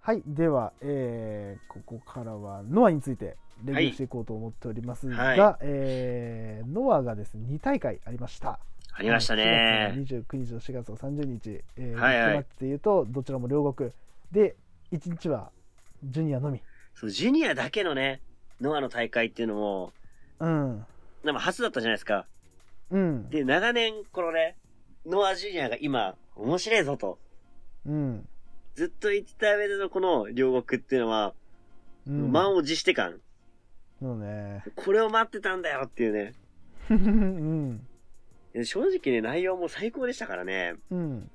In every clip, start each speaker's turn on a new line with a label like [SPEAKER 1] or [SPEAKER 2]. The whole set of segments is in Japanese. [SPEAKER 1] はい、では、えーここからはノアについてレビューしていこうと思っておりますが、
[SPEAKER 2] はいはい
[SPEAKER 1] えーノアがですね2大会ありました。
[SPEAKER 2] ありました
[SPEAKER 1] 4
[SPEAKER 2] ね。
[SPEAKER 1] 月の29日の4月の30日、えー
[SPEAKER 2] はいは
[SPEAKER 1] ビッ
[SPEAKER 2] い
[SPEAKER 1] グマッチでいうとどちらも両国で1日はジュニアのみ。
[SPEAKER 2] そのジュニアだけのね、ノアの大会っていうのも、
[SPEAKER 1] うん、
[SPEAKER 2] なんか初だったじゃないですか。
[SPEAKER 1] うん、
[SPEAKER 2] で、長年、このね、ノアジュニアが今、面白いぞと、
[SPEAKER 1] うん、
[SPEAKER 2] ずっと言ってた上でのこの両国っていうのは、
[SPEAKER 1] うん、
[SPEAKER 2] 満を持して感。
[SPEAKER 1] そうね。
[SPEAKER 2] これを待ってたんだよっていうね。
[SPEAKER 1] うん、
[SPEAKER 2] 正直ね、内容も最高でしたからね。
[SPEAKER 1] うん、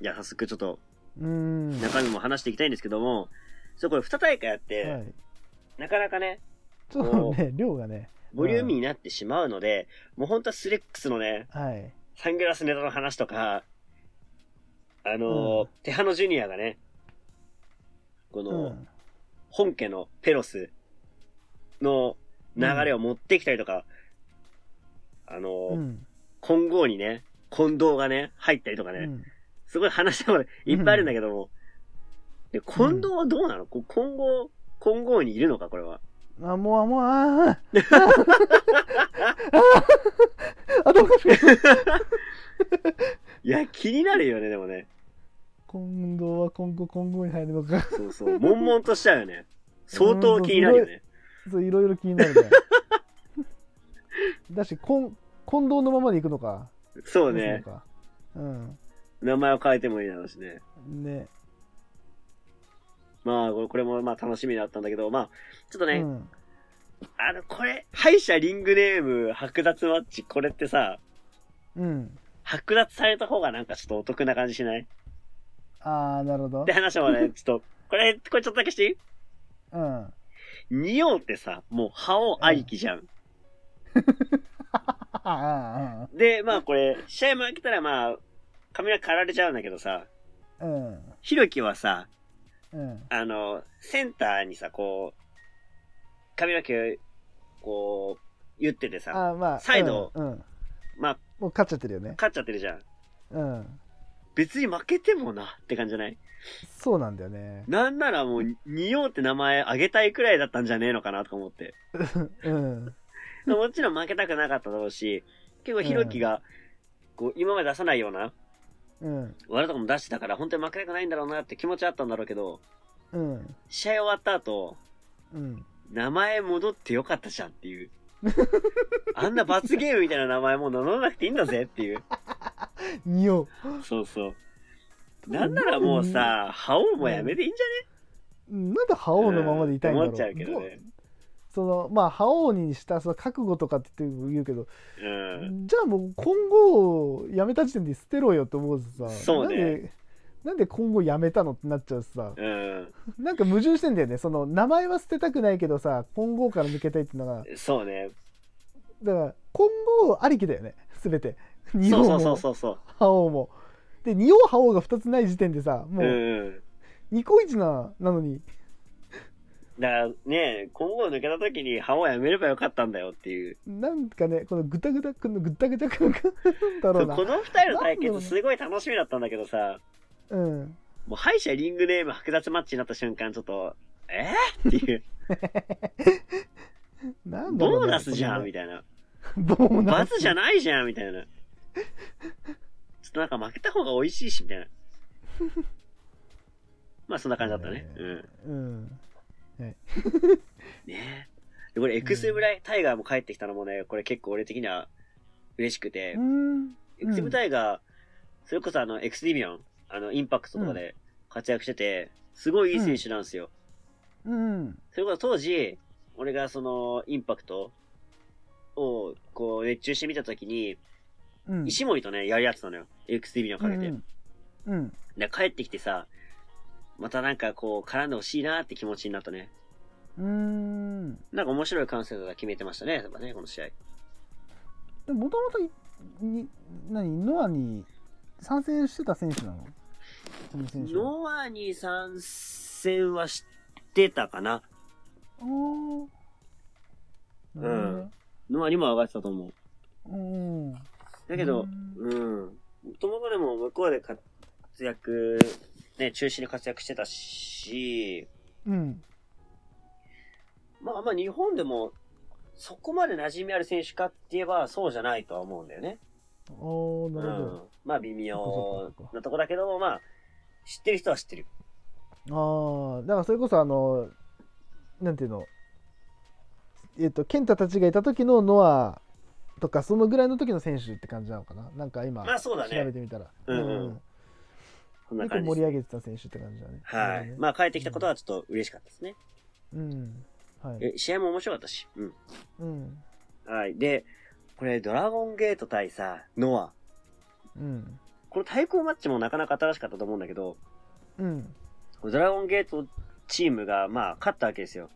[SPEAKER 2] じゃあ早速ちょっと
[SPEAKER 1] うん、は
[SPEAKER 2] 中身も話していきたいんですけども、そうこれ2大会あって、
[SPEAKER 1] い、
[SPEAKER 2] なかなかね、
[SPEAKER 1] ちょっとね量がね、
[SPEAKER 2] ボリューミーになってしまうので、もう本当はスレックスのね、
[SPEAKER 1] はい、
[SPEAKER 2] サングラスネタの話とか、あのー
[SPEAKER 1] うん
[SPEAKER 2] テハノジュニアがね、こ
[SPEAKER 1] う
[SPEAKER 2] の、
[SPEAKER 1] ん、
[SPEAKER 2] 本家のペロスの流れを持ってきたりとか、あのー
[SPEAKER 1] うん、
[SPEAKER 2] 混合にね、混同がね、入ったりとかね、
[SPEAKER 1] うん、
[SPEAKER 2] すごい話もいっぱいあるんだけども、で、混同はどうなのこう混合、混合にいるのか、これは。
[SPEAKER 1] あ、もう、もう、あーあ、あ、どうかしら。
[SPEAKER 2] いや、気になるよね、でもね。
[SPEAKER 1] 今度は今後、今後に入るのか。
[SPEAKER 2] そうそう、悶々としちゃうよね。相当気になるよね。
[SPEAKER 1] そう、いろいろ気になるね。 だし、こん、近藤のままで行くのか。
[SPEAKER 2] そ
[SPEAKER 1] そう
[SPEAKER 2] ね。。
[SPEAKER 1] うん。
[SPEAKER 2] 名前を変えてもいいだろうしね。
[SPEAKER 1] ね。
[SPEAKER 2] まあ、これこれもまあ楽しみだったんだけど、まあ、ちょっとね、
[SPEAKER 1] うん。
[SPEAKER 2] あの、これ、敗者リングネーム剥奪マッチ、これってさ、
[SPEAKER 1] うん。
[SPEAKER 2] 剥奪された方がなんかちょっとお得な感じしない
[SPEAKER 1] ああ、なるほど
[SPEAKER 2] って。話 もね、ちょっと、これ、これちょっとだけしていい
[SPEAKER 1] うん。
[SPEAKER 2] 仁王ってさ、もう覇王ありきじゃん。
[SPEAKER 1] ああ、
[SPEAKER 2] で、まあこれ、試合負けたらまあ、髪は刈られちゃうんだけどさ、
[SPEAKER 1] うん。
[SPEAKER 2] ひろきはさ、
[SPEAKER 1] うん。
[SPEAKER 2] あの、センターにさ、こう、髪の毛、こう、言っててさ、
[SPEAKER 1] ああ、まあ。
[SPEAKER 2] サイド
[SPEAKER 1] うん。うん
[SPEAKER 2] まあ、
[SPEAKER 1] もう勝っちゃってるよね。
[SPEAKER 2] 勝っちゃってるじゃん。
[SPEAKER 1] うん。
[SPEAKER 2] 別に負けてもなって感じじゃない
[SPEAKER 1] そうなんだよね。
[SPEAKER 2] なんならもう、仁王って名前あげたいくらいだったんじゃねえのかなとか思って。
[SPEAKER 1] うん。
[SPEAKER 2] もちろん負けたくなかっただろうし、結構ひろきが、こう、今まで出さないような、
[SPEAKER 1] うん。
[SPEAKER 2] 技とかも出してたから、本当に負けたくないんだろうなって気持ちはあったんだろうけど、
[SPEAKER 1] うん。
[SPEAKER 2] 試合終わった後、
[SPEAKER 1] うん。
[SPEAKER 2] 名前戻ってよかったじゃんって いう。あんな罰ゲームみたいな名前もう名乗らなくていいんだぜっていう。
[SPEAKER 1] におう。
[SPEAKER 2] そうそう。なんならもうさ、覇王もやめていいんじ
[SPEAKER 1] うんなんで覇王のままでいたいんだろう。
[SPEAKER 2] うんって思っちゃうけどね
[SPEAKER 1] うそのまあ覇王にしたその覚悟とかって言うけど、
[SPEAKER 2] ゃね
[SPEAKER 1] じゃあもう今後をやめた時点で捨てろよって思うしさ
[SPEAKER 2] そうね
[SPEAKER 1] なんでなんで今後やめたのってなっちゃうしさ
[SPEAKER 2] うん。う
[SPEAKER 1] なんか矛盾してんだよねその名前は捨てたくないけどさ今後から抜けたいっていうのが
[SPEAKER 2] ん。そうね。
[SPEAKER 1] だから今後ありきだよね全て二
[SPEAKER 2] そう
[SPEAKER 1] 王
[SPEAKER 2] そ
[SPEAKER 1] も
[SPEAKER 2] うそうそうそう。
[SPEAKER 1] 覇王もで二王覇王が2つない時点でさも
[SPEAKER 2] う。
[SPEAKER 1] うんニコイチななのに
[SPEAKER 2] だからね、今後抜けた時に覇王やめればよかったんだよっていう。
[SPEAKER 1] なんかねこのぐたぐたくんのぐったぐたくんがなんだ
[SPEAKER 2] そ
[SPEAKER 1] ろ
[SPEAKER 2] う
[SPEAKER 1] うな
[SPEAKER 2] この二人の対
[SPEAKER 1] なんだろう
[SPEAKER 2] 決
[SPEAKER 1] ね
[SPEAKER 2] すごい楽しみだったんだけどさ、
[SPEAKER 1] うん
[SPEAKER 2] もう敗者リングネーム剥奪マッチになった瞬間ちょっと、えー、っていう。
[SPEAKER 1] なんだろうね
[SPEAKER 2] ボーナスじゃんみ
[SPEAKER 1] こ
[SPEAKER 2] たいな。
[SPEAKER 1] のボーナス
[SPEAKER 2] 罰じゃないじゃんみたいな。ちょっとなんか負けた方が美味しいし、みたいな。まあそんな感じだったね。うん。
[SPEAKER 1] うん
[SPEAKER 2] ねえ。でこれエクスブライタイガーも帰ってきたのもね、これ結構俺的には嬉しくて
[SPEAKER 1] う、ん
[SPEAKER 2] エクスブライタイガー、それこそあの、エクスディビオン、あの、インパクトとかで活躍してて、すごいいい選手なんですよ。
[SPEAKER 1] うん
[SPEAKER 2] それこそ当時、俺がその、インパクトを、こう、熱中してみたときに、
[SPEAKER 1] うん
[SPEAKER 2] 石森とね、やり合ってたのよ。エクスディビオンかけて。
[SPEAKER 1] うんうん
[SPEAKER 2] で、帰ってきてさ、またなんかこう、絡んでほしいなって気持ちになったね。
[SPEAKER 1] うんうん
[SPEAKER 2] なんか面白い完成度が決めてましたね、やっぱね、この試合。
[SPEAKER 1] でもともといに何ノアに参戦してた選手なのこの選手は
[SPEAKER 2] ノアに参戦はしてたかな
[SPEAKER 1] あーなるほどね
[SPEAKER 2] ノアにも上がってたと思う。
[SPEAKER 1] うん
[SPEAKER 2] だけど、うん。もともとでも向こうで活活躍、ね、中心で活躍してたし、
[SPEAKER 1] うん。
[SPEAKER 2] まあまあ日本でも、そこまで馴染みある選手かって言えば、そうじゃないとは思うんだよね。
[SPEAKER 1] あー、なる
[SPEAKER 2] うん。まあ微妙なとこだけども、まあ、知ってる人は知ってる。
[SPEAKER 1] ほど。ああー、だからそれこそあの、なんていうの、えっ、と、健太たちがいた時のノアとか、そのぐらいの時の選手って感じなのかな。なんか今、
[SPEAKER 2] まあそうだね
[SPEAKER 1] 調べてみたら。
[SPEAKER 2] うんうんこんな
[SPEAKER 1] 結構
[SPEAKER 2] 感じ
[SPEAKER 1] 盛り
[SPEAKER 2] です。
[SPEAKER 1] 上げてた選手って感じだね。
[SPEAKER 2] はい。
[SPEAKER 1] まあ、
[SPEAKER 2] まあ帰ってきたことはちょっと嬉しかったですね。
[SPEAKER 1] うん。はい。
[SPEAKER 2] え試合も面白かったし。うん。
[SPEAKER 1] うん。
[SPEAKER 2] はい。で、これ、ドラゴンゲート対さ、ノア。
[SPEAKER 1] うん。
[SPEAKER 2] この対抗マッチもなかなか新しかったと思うんだけど、
[SPEAKER 1] うん。
[SPEAKER 2] ドラゴンゲートチームが、まあ、勝ったわけですよ。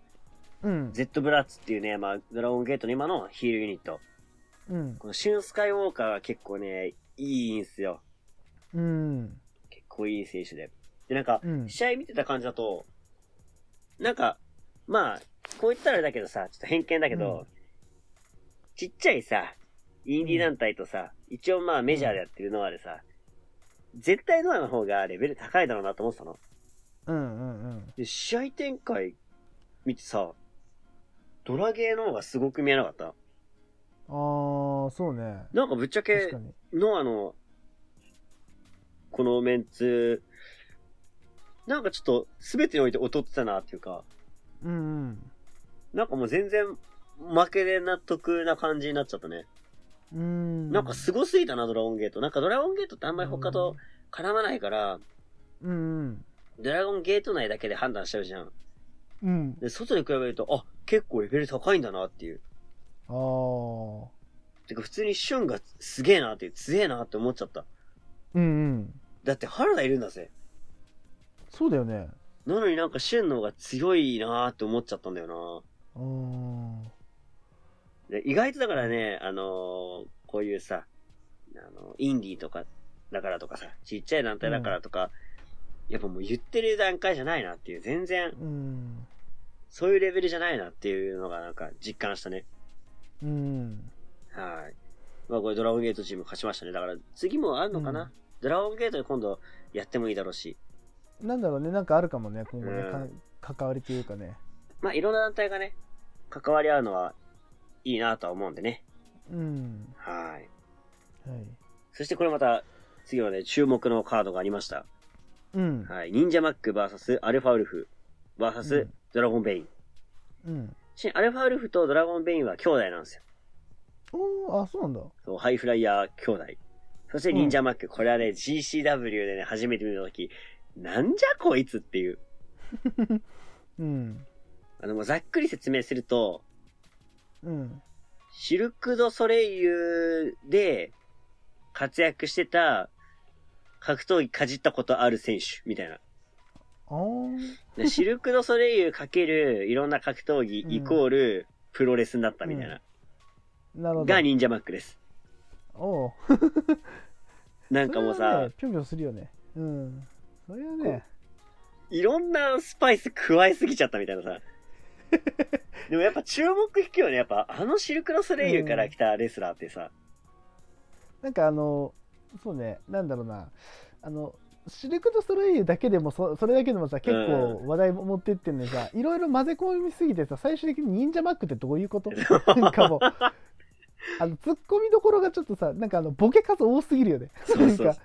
[SPEAKER 1] うん。
[SPEAKER 2] Z ブラッツっていうね、まあ、ドラゴンゲートの今のヒールユニット。
[SPEAKER 1] うん。
[SPEAKER 2] このシュン・スカイウォーカーが結構ね、いいんすよ。
[SPEAKER 1] うん。
[SPEAKER 2] 結構いい選手で。で、なんか、
[SPEAKER 1] うん
[SPEAKER 2] 試合見てた感じだと、なんか、まあ、こう言ったらあれだけどさ、ちょっと偏見だけ
[SPEAKER 1] う
[SPEAKER 2] ど、
[SPEAKER 1] ん
[SPEAKER 2] ちっちゃいさ、インディー団体とさ、一応まあメジャーでやってるノアでさ、絶対ノアの方がレベル高いだろうなと思ってたの。
[SPEAKER 1] うん。うん。
[SPEAKER 2] で、試合展開見てさ、ドラゲーの方がすごく見えなかっ
[SPEAKER 1] あ
[SPEAKER 2] た。
[SPEAKER 1] あ、そうね。
[SPEAKER 2] なんかぶっちゃ
[SPEAKER 1] 確
[SPEAKER 2] け
[SPEAKER 1] か、に。
[SPEAKER 2] ノアの、このメンツ、なんかちょっと全てにおいて劣ってたなっていうか、
[SPEAKER 1] うんうん。
[SPEAKER 2] なんかもう全然負けで納得な感じになっちゃったね。
[SPEAKER 1] うん。
[SPEAKER 2] なんかすごすぎたな、ドラゴンゲート。なんかドラゴンゲートってあんまり他と絡まないから、
[SPEAKER 1] うんうん
[SPEAKER 2] ドラゴンゲート内だけで判断しちゃうじゃん。
[SPEAKER 1] うん
[SPEAKER 2] で、外に比べると、あ、結構レベル高いんだなっていう。
[SPEAKER 1] ああ
[SPEAKER 2] てか普通にシュンがすげえなっていう、強えなって思っちゃった。
[SPEAKER 1] うんうん
[SPEAKER 2] だって原田いるんだぜ。
[SPEAKER 1] そうだよね
[SPEAKER 2] なのになんかシュンの方が強いなーって思っちゃったんだよな
[SPEAKER 1] あー
[SPEAKER 2] で意外とだからね、あのーこういうさ、あのインディーとかだからとかさ、ちっちゃい団体だからとか、やっぱもう言ってる段階じゃないなっていう、全然
[SPEAKER 1] うん
[SPEAKER 2] そういうレベルじゃないなっていうのがなんか実感したね。
[SPEAKER 1] うん
[SPEAKER 2] はい。まあこれドラゴンゲートチーム勝ちましたね。だから次もあるのかな、
[SPEAKER 1] うん
[SPEAKER 2] ドラゴンゲートで今度やってもいいだろうし。
[SPEAKER 1] なんだろうねなんかあるかもね今後ね、
[SPEAKER 2] うん
[SPEAKER 1] か関わりというかね
[SPEAKER 2] まあいろんな団体がね、関わり合うのはいいなとは思うんでね。
[SPEAKER 1] うん
[SPEAKER 2] はい。
[SPEAKER 1] はい
[SPEAKER 2] そしてこれまた次はね、注目のカードがありました。
[SPEAKER 1] うん
[SPEAKER 2] はい。忍者マック VS アルファウルフ VS ドラゴンベイン。
[SPEAKER 1] うん
[SPEAKER 2] ちなみにアルファウルフとドラゴンベインは兄弟なんですよ。
[SPEAKER 1] おーあそうなんだ
[SPEAKER 2] そう、ハイフライヤー兄弟。そして忍者マック。これはね、GCW でね、初めて見たとき、なんじゃこいつっていう。
[SPEAKER 1] うん
[SPEAKER 2] あの、もうざっくり説明すると、
[SPEAKER 1] うん
[SPEAKER 2] シルク・ド・ソレイユで活躍してた格闘技かじったことある選手みたいな。
[SPEAKER 1] あー
[SPEAKER 2] でシルク・ド・ソレイユかけるいろんな格闘技イコールプロレスになったみたいな。
[SPEAKER 1] なるほど
[SPEAKER 2] が忍者マックです。
[SPEAKER 1] おー
[SPEAKER 2] なんかもう
[SPEAKER 1] それは
[SPEAKER 2] さ
[SPEAKER 1] ね、ぴょんぴょんするよねうんそれはね
[SPEAKER 2] いろんなスパイス加えすぎちゃったみたいなさ。でもやっぱ注目引くよね。やっぱあのシルク・ド・ソレイユから来たレスラーって さ、
[SPEAKER 1] なんかあのそうねなんだろうなあのシルク・ドゥ・ソレイユだけでもそそれだけでもさ結構話題持ってってんのにさ、いろいろ混ぜ込みすぎてさ最終的に忍者マックってどういうこと なんかもうあのツッコミどころがちょっとさなんかあのボケ数多すぎるよね
[SPEAKER 2] そうそう
[SPEAKER 1] なんか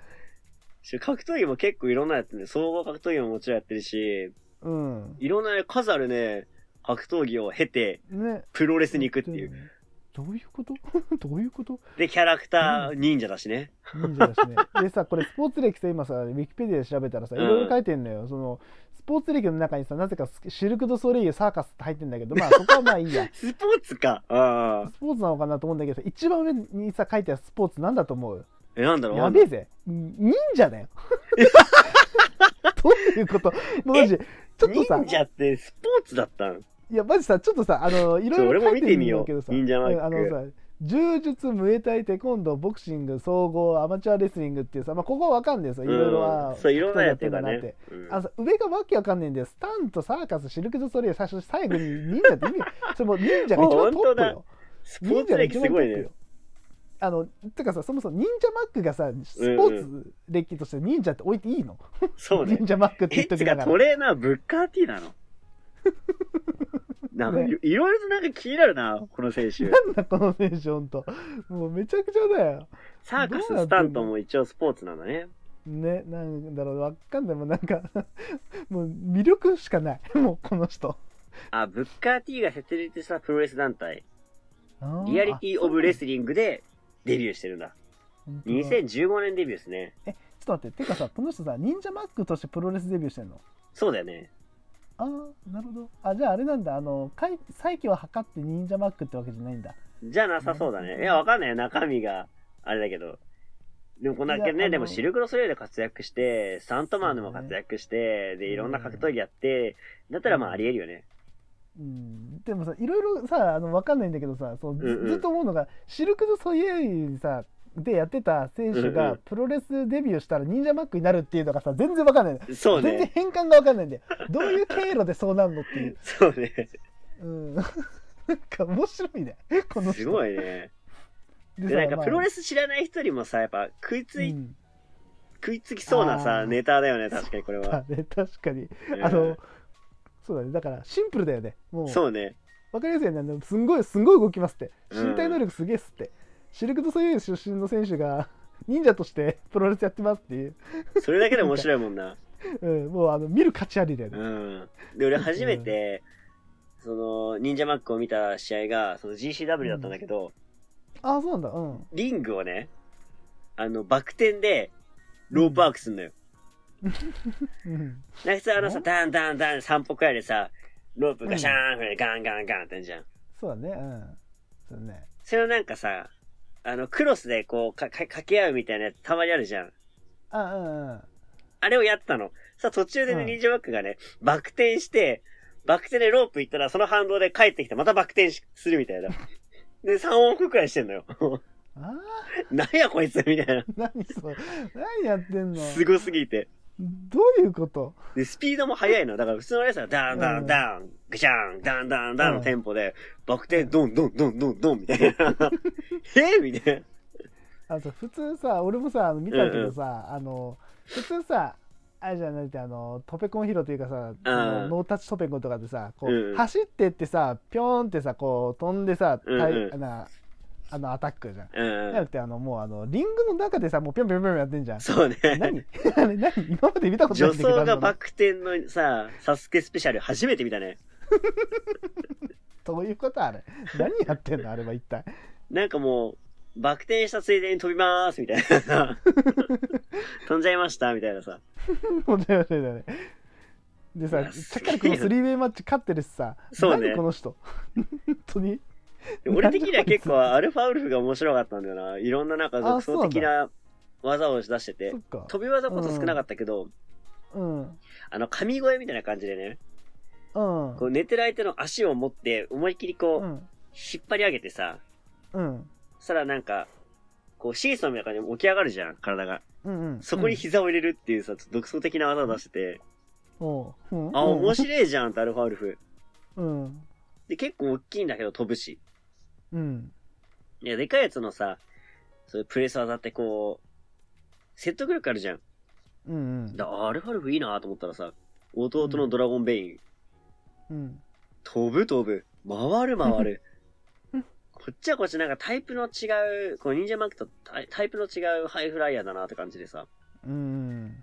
[SPEAKER 2] 格闘技も結構いろんなやってるね。総合格闘技ももちろんやってるし、
[SPEAKER 1] うん
[SPEAKER 2] いろんなね数あるね、格闘技を経て、
[SPEAKER 1] ね
[SPEAKER 2] プロレスに行くっていう。
[SPEAKER 1] どういうこと どういうこと
[SPEAKER 2] で、キャラクター忍者だしね。。
[SPEAKER 1] 忍者だしね。でさ、これスポーツ歴さ、今さ、ウィキペディアで調べたらさ、いろいろ書いてんのよ。その、スポーツ歴の中にさ、なぜかスシルク・ドゥ・ソレイユ、サーカスって入ってんだけど、まあそこはまあいいや
[SPEAKER 2] スポーツか。ああ。
[SPEAKER 1] スポーツなのかなと思うんだけどさ、一番上にさ、書いてあるスポーツなんだと思う
[SPEAKER 2] え、なんだろう
[SPEAKER 1] やべえぜ。忍者 だよ。どういうことマジ。ちょっとさ
[SPEAKER 2] 忍、者ってスポーツだったん
[SPEAKER 1] いや、マジさ、ちょっとさ、あ の、いろいろ
[SPEAKER 2] そう俺も
[SPEAKER 1] 書
[SPEAKER 2] 見
[SPEAKER 1] い
[SPEAKER 2] て
[SPEAKER 1] て
[SPEAKER 2] み
[SPEAKER 1] み
[SPEAKER 2] よう
[SPEAKER 1] ようけどさ、
[SPEAKER 2] 忍者マック
[SPEAKER 1] あのさ、柔術、ムエタイ、テコンドー、ボクシング、総合、アマチュアレスリングっていうさ、まあ、ここはわかんないですよ。いろいろ
[SPEAKER 2] うん
[SPEAKER 1] は。
[SPEAKER 2] そう、いろんなやってる
[SPEAKER 1] ん
[SPEAKER 2] か
[SPEAKER 1] だ
[SPEAKER 2] ら
[SPEAKER 1] な
[SPEAKER 2] ね。。うん
[SPEAKER 1] あのさ上がわけわかんないんだよ。スタント、サーカス、シルク・ドゥ・ソレイユ、最初、最後に 忍者って意味、それもう忍者が一番トップ
[SPEAKER 2] もう本当だ
[SPEAKER 1] よ。
[SPEAKER 2] スポ
[SPEAKER 1] 忍
[SPEAKER 2] ーツ
[SPEAKER 1] 者が
[SPEAKER 2] 歴
[SPEAKER 1] 一
[SPEAKER 2] す
[SPEAKER 1] 番ト
[SPEAKER 2] ごい
[SPEAKER 1] ップ
[SPEAKER 2] ね
[SPEAKER 1] よ。。あのてかさそもそも忍者マックがさスポーツ歴として忍者って置いていいの、
[SPEAKER 2] そうね
[SPEAKER 1] 忍。者マックって
[SPEAKER 2] え、
[SPEAKER 1] 言っと
[SPEAKER 2] て
[SPEAKER 1] き
[SPEAKER 2] か
[SPEAKER 1] なが
[SPEAKER 2] ト
[SPEAKER 1] ら
[SPEAKER 2] レーナー、ブッカー T なのなんか、
[SPEAKER 1] ね
[SPEAKER 2] いいろいろとなんか気になるな、この選手。
[SPEAKER 1] なんだこの選手ほんともうめちゃくちゃだよ
[SPEAKER 2] サーカス、
[SPEAKER 1] どうなってんの
[SPEAKER 2] スタントも一応スポーツなんだね。
[SPEAKER 1] ねなんだろうわかんないもうなんか もう魅力しかない もうこの人
[SPEAKER 2] あ、ブッカー T が設立したプロレス団体、
[SPEAKER 1] あ
[SPEAKER 2] リアリティオブレスリングでデビューしてるんだ。
[SPEAKER 1] ほんとだちょ
[SPEAKER 2] 2015年デビューですね。
[SPEAKER 1] っと待っててかさこの人さ忍者マックとしてプロレスデビューしてんの
[SPEAKER 2] そうだよね。
[SPEAKER 1] ああなるほどあじゃああれなんだあのかい再起を図って忍者マックってわけじゃないんだ
[SPEAKER 2] じゃなさそうだね。いや、わかんないよ。中身が、あれだけど。でもこんだ
[SPEAKER 1] いや
[SPEAKER 2] け
[SPEAKER 1] あ
[SPEAKER 2] ね、
[SPEAKER 1] の
[SPEAKER 2] でもシルクロスレイで活躍して、サントマンでも活躍して、で、いろんな格闘技やって、だったらまあありえるよね。
[SPEAKER 1] うんでもさいろいろさあのわかんないんだけどさそうず,、
[SPEAKER 2] うんうん
[SPEAKER 1] ずっと思うのがシルク・ドゥ・ソイエイさでやってた選手
[SPEAKER 2] うんう
[SPEAKER 1] が
[SPEAKER 2] ん
[SPEAKER 1] プロレスデビューしたら忍者マックになるっていうのがさ全然わかんないの、
[SPEAKER 2] そう
[SPEAKER 1] 全然
[SPEAKER 2] ね。
[SPEAKER 1] 変換がわかんないんだよどういう経路でそうなんのっていう、
[SPEAKER 2] そうね。
[SPEAKER 1] うん、なんか面白いねこの人
[SPEAKER 2] すごいね。
[SPEAKER 1] で
[SPEAKER 2] で、なんかプロレ
[SPEAKER 1] ス
[SPEAKER 2] ス知らない人にもさ、やっぱ食いつい、
[SPEAKER 1] うん
[SPEAKER 2] 食いつきそうな
[SPEAKER 1] あ
[SPEAKER 2] さ、
[SPEAKER 1] ー
[SPEAKER 2] ネタだよね。確かにこれは
[SPEAKER 1] あ。ね確かに
[SPEAKER 2] う ん
[SPEAKER 1] あのそうだねだからシンプルだよねもう
[SPEAKER 2] そうね。
[SPEAKER 1] わかりやすいよねあのすんごいすんごい動きますって
[SPEAKER 2] うん
[SPEAKER 1] 身体能力すげえっすって、シルク・ドゥ・ソイユ出身の選手が忍者としてプロレスやってますっていう、
[SPEAKER 2] それだけで面白いもんな。
[SPEAKER 1] うん、もうあの見る価値ありだよね、
[SPEAKER 2] うん。で、俺初めて、その、忍者マックを見た試合が、その GCW だったんだけど、
[SPEAKER 1] ああそうなんだうん
[SPEAKER 2] リングをね、あの、バク転で、ロープワークすんのよ。
[SPEAKER 1] うん
[SPEAKER 2] なんか普通あのさ、
[SPEAKER 1] ん
[SPEAKER 2] ダンダンダン、散歩くらいでさ、ロープがシャーンってガンガンガンってやんじゃん。
[SPEAKER 1] そうだねうんそうだね
[SPEAKER 2] それをなんかさ、あの、クロスでこう、か、か、掛け合うみたいなやつたまにあるじゃん。
[SPEAKER 1] あうんうん
[SPEAKER 2] あれをやったの。さ、途中でね、
[SPEAKER 1] うん
[SPEAKER 2] 忍者バックがね、バク転して、バク転でロープ行ったら、その反動で帰ってきて、またバク転しするみたいな。で、3往復くらいしてんのよ。
[SPEAKER 1] あ
[SPEAKER 2] なんやこいつみたいな。
[SPEAKER 1] ー何それ何やってんの
[SPEAKER 2] すごすぎて。
[SPEAKER 1] どういうこと
[SPEAKER 2] で、スピードも速いの。だから普通のレースはダンダンダン、グシャン、ダンダンダンのテンポで、バク転、ドンドンドンドンドンみたいな。 えみたいな。
[SPEAKER 1] あと普通さ俺もさあの見たけどさ、あの普通さあれじゃなくてあのトペコンヒロというかさ、あのノータッチトペコンとかでさこう、
[SPEAKER 2] うんうん
[SPEAKER 1] 走ってってさピョーンってさこう飛んでさ、たい
[SPEAKER 2] うんうん
[SPEAKER 1] なあのアタックじゃん。じゃ
[SPEAKER 2] う
[SPEAKER 1] なくてあのもうあのリングの中でさもうピョンピョンピョンピョンやってんじゃん
[SPEAKER 2] ん。。そうね。
[SPEAKER 1] 何 あれ何今まで見たことないんだ
[SPEAKER 2] 女
[SPEAKER 1] けど
[SPEAKER 2] 装がバ
[SPEAKER 1] ク
[SPEAKER 2] ク転のさ、サスケスペシャル初めて見たね。
[SPEAKER 1] どういうことあれ何やってんのあれは一体
[SPEAKER 2] なんかもう、バク転したついでに飛びまーすみたいな さ。飛んじゃいましたみたいなさ。
[SPEAKER 1] もうだよねだよねで
[SPEAKER 2] い
[SPEAKER 1] さ
[SPEAKER 2] や
[SPEAKER 1] ちゃっかりこの 3way マッチ勝ってるしさ
[SPEAKER 2] そうね
[SPEAKER 1] 何この人 本当に
[SPEAKER 2] で俺的には結構アルファウルフが面白かったんだよな。いろんななんか独創的な技を出してて
[SPEAKER 1] そっ。か
[SPEAKER 2] 飛び技こそ少なかったけど、
[SPEAKER 1] うん
[SPEAKER 2] あの、神声みたいな感じでね、
[SPEAKER 1] うん
[SPEAKER 2] こう寝てる相手の足を持って、思いっきりこう、
[SPEAKER 1] うん
[SPEAKER 2] 引っ張り上げてさ、
[SPEAKER 1] うん
[SPEAKER 2] そしたらなんか、こう、シーソーみたいな感じで起き上がるじゃん、体が。
[SPEAKER 1] うんうん
[SPEAKER 2] そこに膝を入れるっていうさ、独創的な技を出してて、
[SPEAKER 1] おううん
[SPEAKER 2] あ、面
[SPEAKER 1] い
[SPEAKER 2] 白いじゃんってアルファウルフ。
[SPEAKER 1] うん
[SPEAKER 2] で、結構大きいんだけど飛ぶし。
[SPEAKER 1] うん
[SPEAKER 2] いや、でかいやつのさ、そういうプレス技ってこう、説得力あるじゃん。
[SPEAKER 1] うんうん
[SPEAKER 2] だアルファウルフいいなと思ったらさ、弟のドラゴンベイン、
[SPEAKER 1] うん
[SPEAKER 2] 飛ぶ飛ぶ。回る回る。こっちはこっちなんかタイプの違う、この忍者マークとタイタイプの違うハイフライヤーだなって感じでさ。
[SPEAKER 1] うん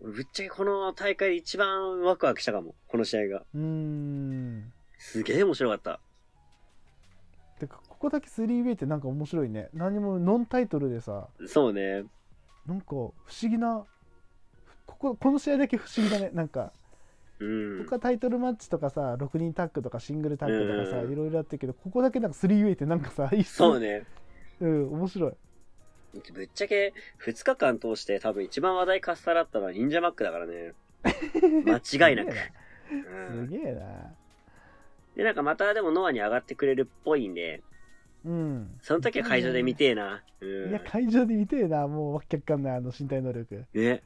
[SPEAKER 2] 俺ぶっちゃけこの大会で一番ワクワクしたかも。この試合が。
[SPEAKER 1] うん
[SPEAKER 2] すげえ面白かった。
[SPEAKER 1] てかここだけ 3way ってなんか面白いね何もノンタイトルでさ
[SPEAKER 2] そうね。
[SPEAKER 1] なんか不思議なこここの試合だけ不思議だねなんか
[SPEAKER 2] うん。
[SPEAKER 1] 他タイトルマッチとかさ6人タッグとかシングルタッグとか
[SPEAKER 2] う
[SPEAKER 1] さ
[SPEAKER 2] ん
[SPEAKER 1] いろいろあってるけどここだけなんか 3way ってなんかさいいっす
[SPEAKER 2] そうね。
[SPEAKER 1] うん面白い
[SPEAKER 2] ぶっちゃけ2日間通して多分一番話題かっさらったのは忍者マックだからね。間違いなく。う
[SPEAKER 1] す
[SPEAKER 2] ん、
[SPEAKER 1] げえな
[SPEAKER 2] で、なんかまたでもノアに上がってくれるっぽいんで、
[SPEAKER 1] うん
[SPEAKER 2] その時は会場で見てえな。うん
[SPEAKER 1] いや。会場で見てえなもうわけわかんないあの身体能力
[SPEAKER 2] ね。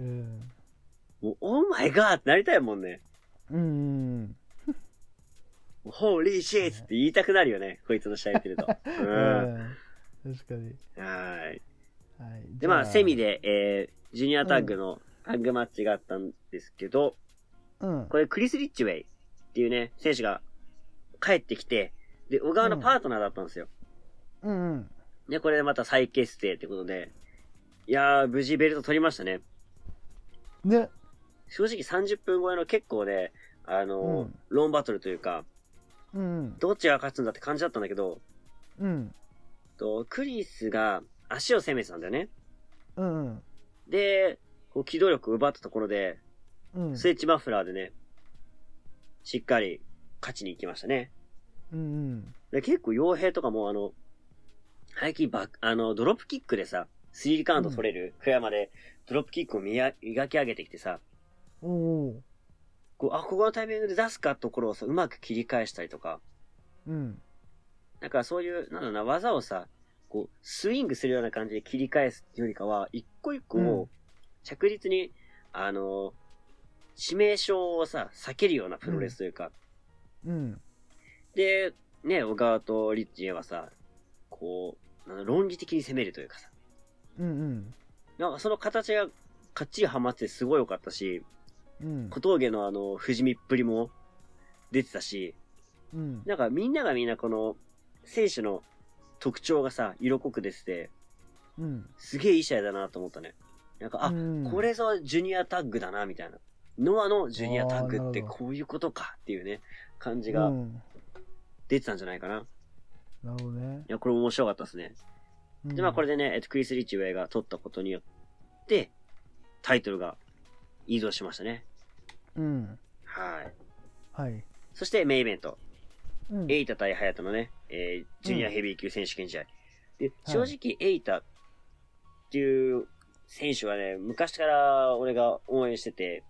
[SPEAKER 1] うん
[SPEAKER 2] もう、オーマイガーってなりたいもんね。
[SPEAKER 1] うん
[SPEAKER 2] ホーリーシェイツって言いたくなるよね、こいつの試合見てると。う。
[SPEAKER 1] うんん、う確かに。
[SPEAKER 2] はい。
[SPEAKER 1] はい、
[SPEAKER 2] で、まあ、セミ
[SPEAKER 1] で。
[SPEAKER 2] で、えー、ジュニアタッグのタッグマッチがあったんですけど、
[SPEAKER 1] うん。
[SPEAKER 2] これクリス・リッチウェイっていうね、選手が帰ってきて、で、小川のパートナーだったんですよ。
[SPEAKER 1] うんうん。
[SPEAKER 2] ね、これでまた再結成ってことで、いやー、無事ベルト取りましたね。
[SPEAKER 1] ね。
[SPEAKER 2] 正直30分超えの結構ね、あのー
[SPEAKER 1] うん
[SPEAKER 2] ローンバトルというか、
[SPEAKER 1] うん。
[SPEAKER 2] どっちが勝つんだって感じだったんだけど、
[SPEAKER 1] うん。
[SPEAKER 2] とクリスが足を攻めてたんだよね。
[SPEAKER 1] うん。うん
[SPEAKER 2] で、こう機動力を奪ったところで、
[SPEAKER 1] うん。
[SPEAKER 2] スイッチマフラーでね、しっかり勝ちに行きましたね。
[SPEAKER 1] うん。
[SPEAKER 2] で結構傭兵とかもあの、最近バックあの、ドロップキックでさ、スリーカウント取れるクヤまで、ドロップキックを磨磨き上げてきてさ、
[SPEAKER 1] おお
[SPEAKER 2] こう、あ、ここのタイミングで出すかところをさ、うまく切り返したりとか、
[SPEAKER 1] ー。うん。
[SPEAKER 2] なんかそういう、なんだろうな、技をさ、こう、スイングするような感じで切り返すよりかは、一個一個
[SPEAKER 1] うん
[SPEAKER 2] を着実に、あの、致命傷をさ、避けるようなプロレスというか、
[SPEAKER 1] うん。
[SPEAKER 2] で、ね、小川とリッチーはさ、こう、なんだ論理的に攻めるというかさ、
[SPEAKER 1] うんうん。
[SPEAKER 2] なんかその形がかっちりハマってすごい良かったし、
[SPEAKER 1] うん。
[SPEAKER 2] 小峠のあの、不死身っぷりも出てたし、
[SPEAKER 1] うん。
[SPEAKER 2] なんかみんながみんなこの、選手の特徴がさ、色濃く出てて、
[SPEAKER 1] うん。
[SPEAKER 2] すげえいい試合だなと思ったね。なんか、あ、
[SPEAKER 1] うん
[SPEAKER 2] これぞジュニアタッグだな、みたいな。ノアのジュニアタッグって
[SPEAKER 1] あーなるほ
[SPEAKER 2] こういうことかっていうね、感じが
[SPEAKER 1] うん
[SPEAKER 2] 出てたんじゃないかな。い
[SPEAKER 1] なるほどね。
[SPEAKER 2] や、これ面白かったですね。で、まあこれ
[SPEAKER 1] で。
[SPEAKER 2] でね、えっと、クリス・リッチウェイが取ったことによって、タイトルが移動しましたね。
[SPEAKER 1] うん。
[SPEAKER 2] はい。
[SPEAKER 1] はい。
[SPEAKER 2] そしてメインイベント。
[SPEAKER 1] うん
[SPEAKER 2] エイタ対ハヤトのね、えージュニアヘビー級選手権試合。で、正直、エイタっていう選手はね、昔から俺が応援してて、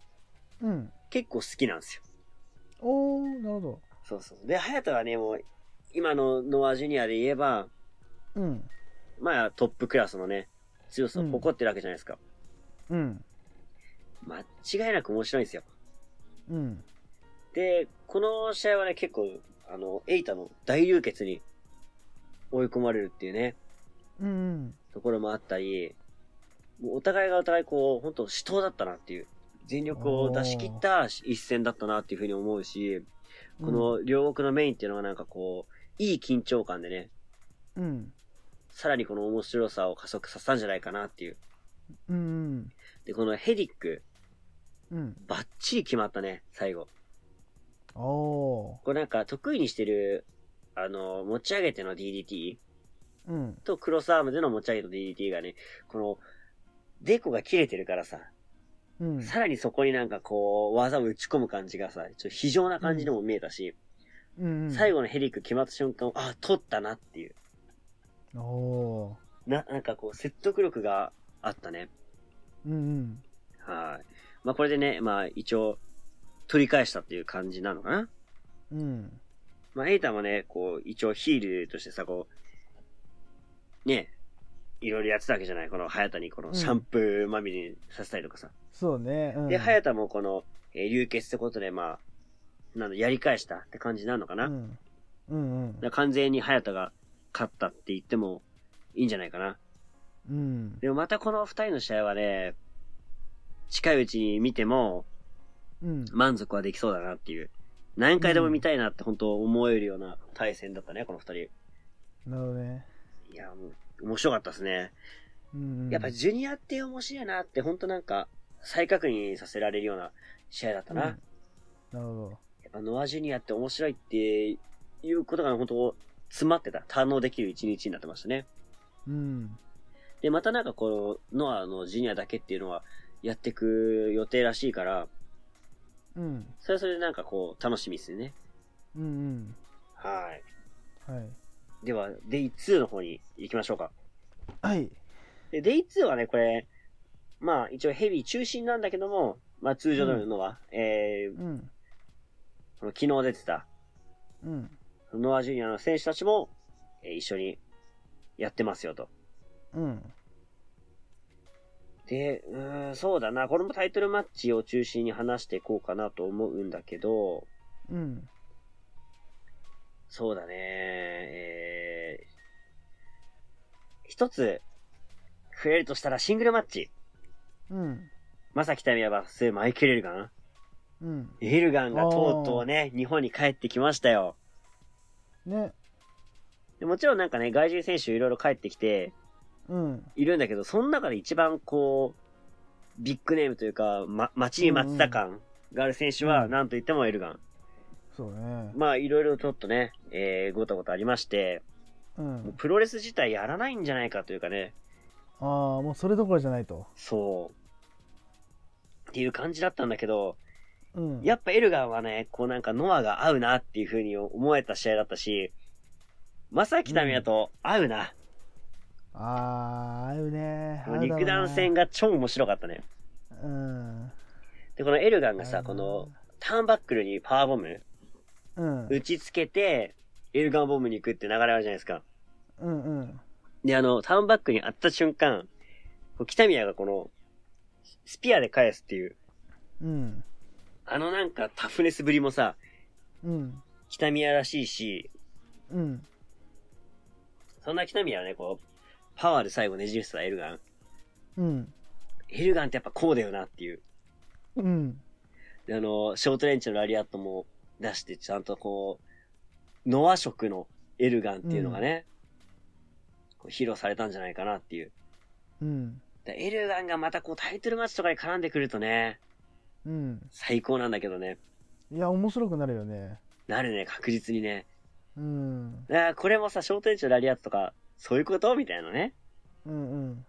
[SPEAKER 1] うん。
[SPEAKER 2] 結構好きなんですよ。
[SPEAKER 1] おー、なるほど。
[SPEAKER 2] そうそう。で、ハヤトはね、もう、今のノアジュニアで言えば、
[SPEAKER 1] うん。
[SPEAKER 2] まあ、トップクラスのね、強さを誇ってるわけじゃないですか。
[SPEAKER 1] うん。
[SPEAKER 2] 間違いなく面白いんですよ。
[SPEAKER 1] うん。
[SPEAKER 2] で、この試合はね、結構、あの、エイタの大流血に追い込まれるっていうね、
[SPEAKER 1] うん。
[SPEAKER 2] ところもあったり、もうお互いがお互いこう、本当死闘だったなっていう、全力を出し切った一戦だったなっていうふうに思うし、この両国のメインっていうのがなんかこう、いい緊張感でね、
[SPEAKER 1] うん。
[SPEAKER 2] さらにこの面白さを加速させたんじゃないかなっていう。
[SPEAKER 1] うん。うん。
[SPEAKER 2] で、このヘディック、
[SPEAKER 1] うん。
[SPEAKER 2] バッチリ決まったね、最後。
[SPEAKER 1] おー。
[SPEAKER 2] これなんか得意にしてる、あの、持ち上げての DDT?
[SPEAKER 1] うん。
[SPEAKER 2] とクロスアームでの持ち上げと DDT がね、この、デコが切れてるからさ、
[SPEAKER 1] うん。
[SPEAKER 2] さらにそこになんかこう、技を打ち込む感じがさ、ちょっと非常な感じでも見えたし、
[SPEAKER 1] うん。
[SPEAKER 2] 最後のヘリック決まった瞬間、あ、取ったなっていう、
[SPEAKER 1] 後。お
[SPEAKER 2] な、なんかこう、説得力があったね。
[SPEAKER 1] ー。うん。
[SPEAKER 2] はい。まあこれでね、まあ一応、取り返したっていう感じなのかな。
[SPEAKER 1] うん。うん。
[SPEAKER 2] まあエイタもね、こう、一応ヒールとしてさ、こう、ね、いろいろやってたわけじゃないこの、早田にこのシャンプーまみれにさせたりとかさ。
[SPEAKER 1] そうね。うん。
[SPEAKER 2] で、早田もこの、えー流血ってことで、まあ、なんだ、やり返したって感じなのかな。
[SPEAKER 1] う
[SPEAKER 2] だか
[SPEAKER 1] ん。うんうん。
[SPEAKER 2] ら完全に早田が勝ったって言ってもいいんじゃないかな。
[SPEAKER 1] うん。
[SPEAKER 2] でもまたこの二人の試合はね、近いうちに見ても
[SPEAKER 1] うん。
[SPEAKER 2] 満足はできそうだなっていう。何回でも見たいなって本当思えるような対戦だったね、この二人。
[SPEAKER 1] なるほどね。
[SPEAKER 2] いや、もう、面白かったですね。
[SPEAKER 1] うんうん。
[SPEAKER 2] やっぱジュニアって面白いなって本当なんか再確認させられるような試合だったな。
[SPEAKER 1] うんなるほ
[SPEAKER 2] やっぱノアジュニアって面白いっていうことが本当詰まってた。堪能できる一日になってましたね。
[SPEAKER 1] ど。うん。
[SPEAKER 2] で、またなんかこのノアのジュニアだけっていうのはやってく予定らしいから、
[SPEAKER 1] うん。
[SPEAKER 2] それはそれでなんかこう楽しみですね。
[SPEAKER 1] うん
[SPEAKER 2] は
[SPEAKER 1] うん。はい。
[SPEAKER 2] い。では、デイ2の方に行きましょうか。
[SPEAKER 1] はい。
[SPEAKER 2] で、デイ2はね、これ、まあ一応ヘビー中心なんだけども、まあ通常のノア、えー
[SPEAKER 1] うん。
[SPEAKER 2] この昨日出てた
[SPEAKER 1] うん。
[SPEAKER 2] ノアジュニアの選手たちも、えー一緒にやってますよと。
[SPEAKER 1] うん。
[SPEAKER 2] で、うーん、そうだな。これもタイトルマッチを中心に話していこうかなと思うんだけど、
[SPEAKER 1] うん。
[SPEAKER 2] そうだね。え一つ、増えるとしたらシングルマッチ。
[SPEAKER 1] うん。
[SPEAKER 2] まさきたみやバス、マイケル・エルガン
[SPEAKER 1] うん。
[SPEAKER 2] エルガンがとうとうね、日本に帰ってきましたよ。
[SPEAKER 1] ね。
[SPEAKER 2] でもちろんなんかね、外人選手いろいろ帰ってきて
[SPEAKER 1] うん。
[SPEAKER 2] いるんだけど、その中で一番こう、ビッグネームというか、ま、待ちに待ってた感がある選手は、
[SPEAKER 1] うん
[SPEAKER 2] なんといってもエルガン。
[SPEAKER 1] そうね。
[SPEAKER 2] まあ、いろいろちょっとね、えー、ごたごたありまして、
[SPEAKER 1] う。
[SPEAKER 2] もうんプロレス自体やらないんじゃないかというかね、
[SPEAKER 1] ああ、もうそれどころじゃないと。
[SPEAKER 2] そう。っていう感じだったんだけど、
[SPEAKER 1] うん。
[SPEAKER 2] やっぱエルガンはね、こうなんかノアが合うなっていう風に思えた試合だったし、まさきたみやと合うな。
[SPEAKER 1] ああ、合うね。
[SPEAKER 2] この肉弾戦
[SPEAKER 1] が。
[SPEAKER 2] が超面白かったね。
[SPEAKER 1] うん。
[SPEAKER 2] で、このエルガンが
[SPEAKER 1] 合
[SPEAKER 2] さ、
[SPEAKER 1] うな
[SPEAKER 2] この、ターンバックルにパワーボム
[SPEAKER 1] うん。
[SPEAKER 2] 打ちつけて、エルガンボムに行くって流れあるじゃないですか。
[SPEAKER 1] うんうん。
[SPEAKER 2] で、あの、ターンバックに当たった瞬間、こう北宮がこの、スピアで返すっていう、
[SPEAKER 1] うん。
[SPEAKER 2] あのなんかタフネスぶりもさ、
[SPEAKER 1] うん。
[SPEAKER 2] 北宮らしいし、
[SPEAKER 1] うん。
[SPEAKER 2] そんな北宮はね、こう、パワーで最後ねじ伏せたエルガン。
[SPEAKER 1] うん。
[SPEAKER 2] エルガンってやっぱこうだよなっていう。
[SPEAKER 1] うん。
[SPEAKER 2] であの、ショートレンチのラリアットも出して、ちゃんとこう、ノア色のエルガンっていうのがね、こう披露されたんじゃないかなっていう。
[SPEAKER 1] うん。
[SPEAKER 2] だエルガンがまたこうタイトルマッチとかに絡んでくるとね、
[SPEAKER 1] うん。
[SPEAKER 2] 最高なんだけどね。
[SPEAKER 1] いや、面白くなるよね。
[SPEAKER 2] なるね、確実にね。
[SPEAKER 1] うん。
[SPEAKER 2] あーこれもさ、ショートレンチのラリアットとか、そういうことみたいなね、
[SPEAKER 1] うんうん。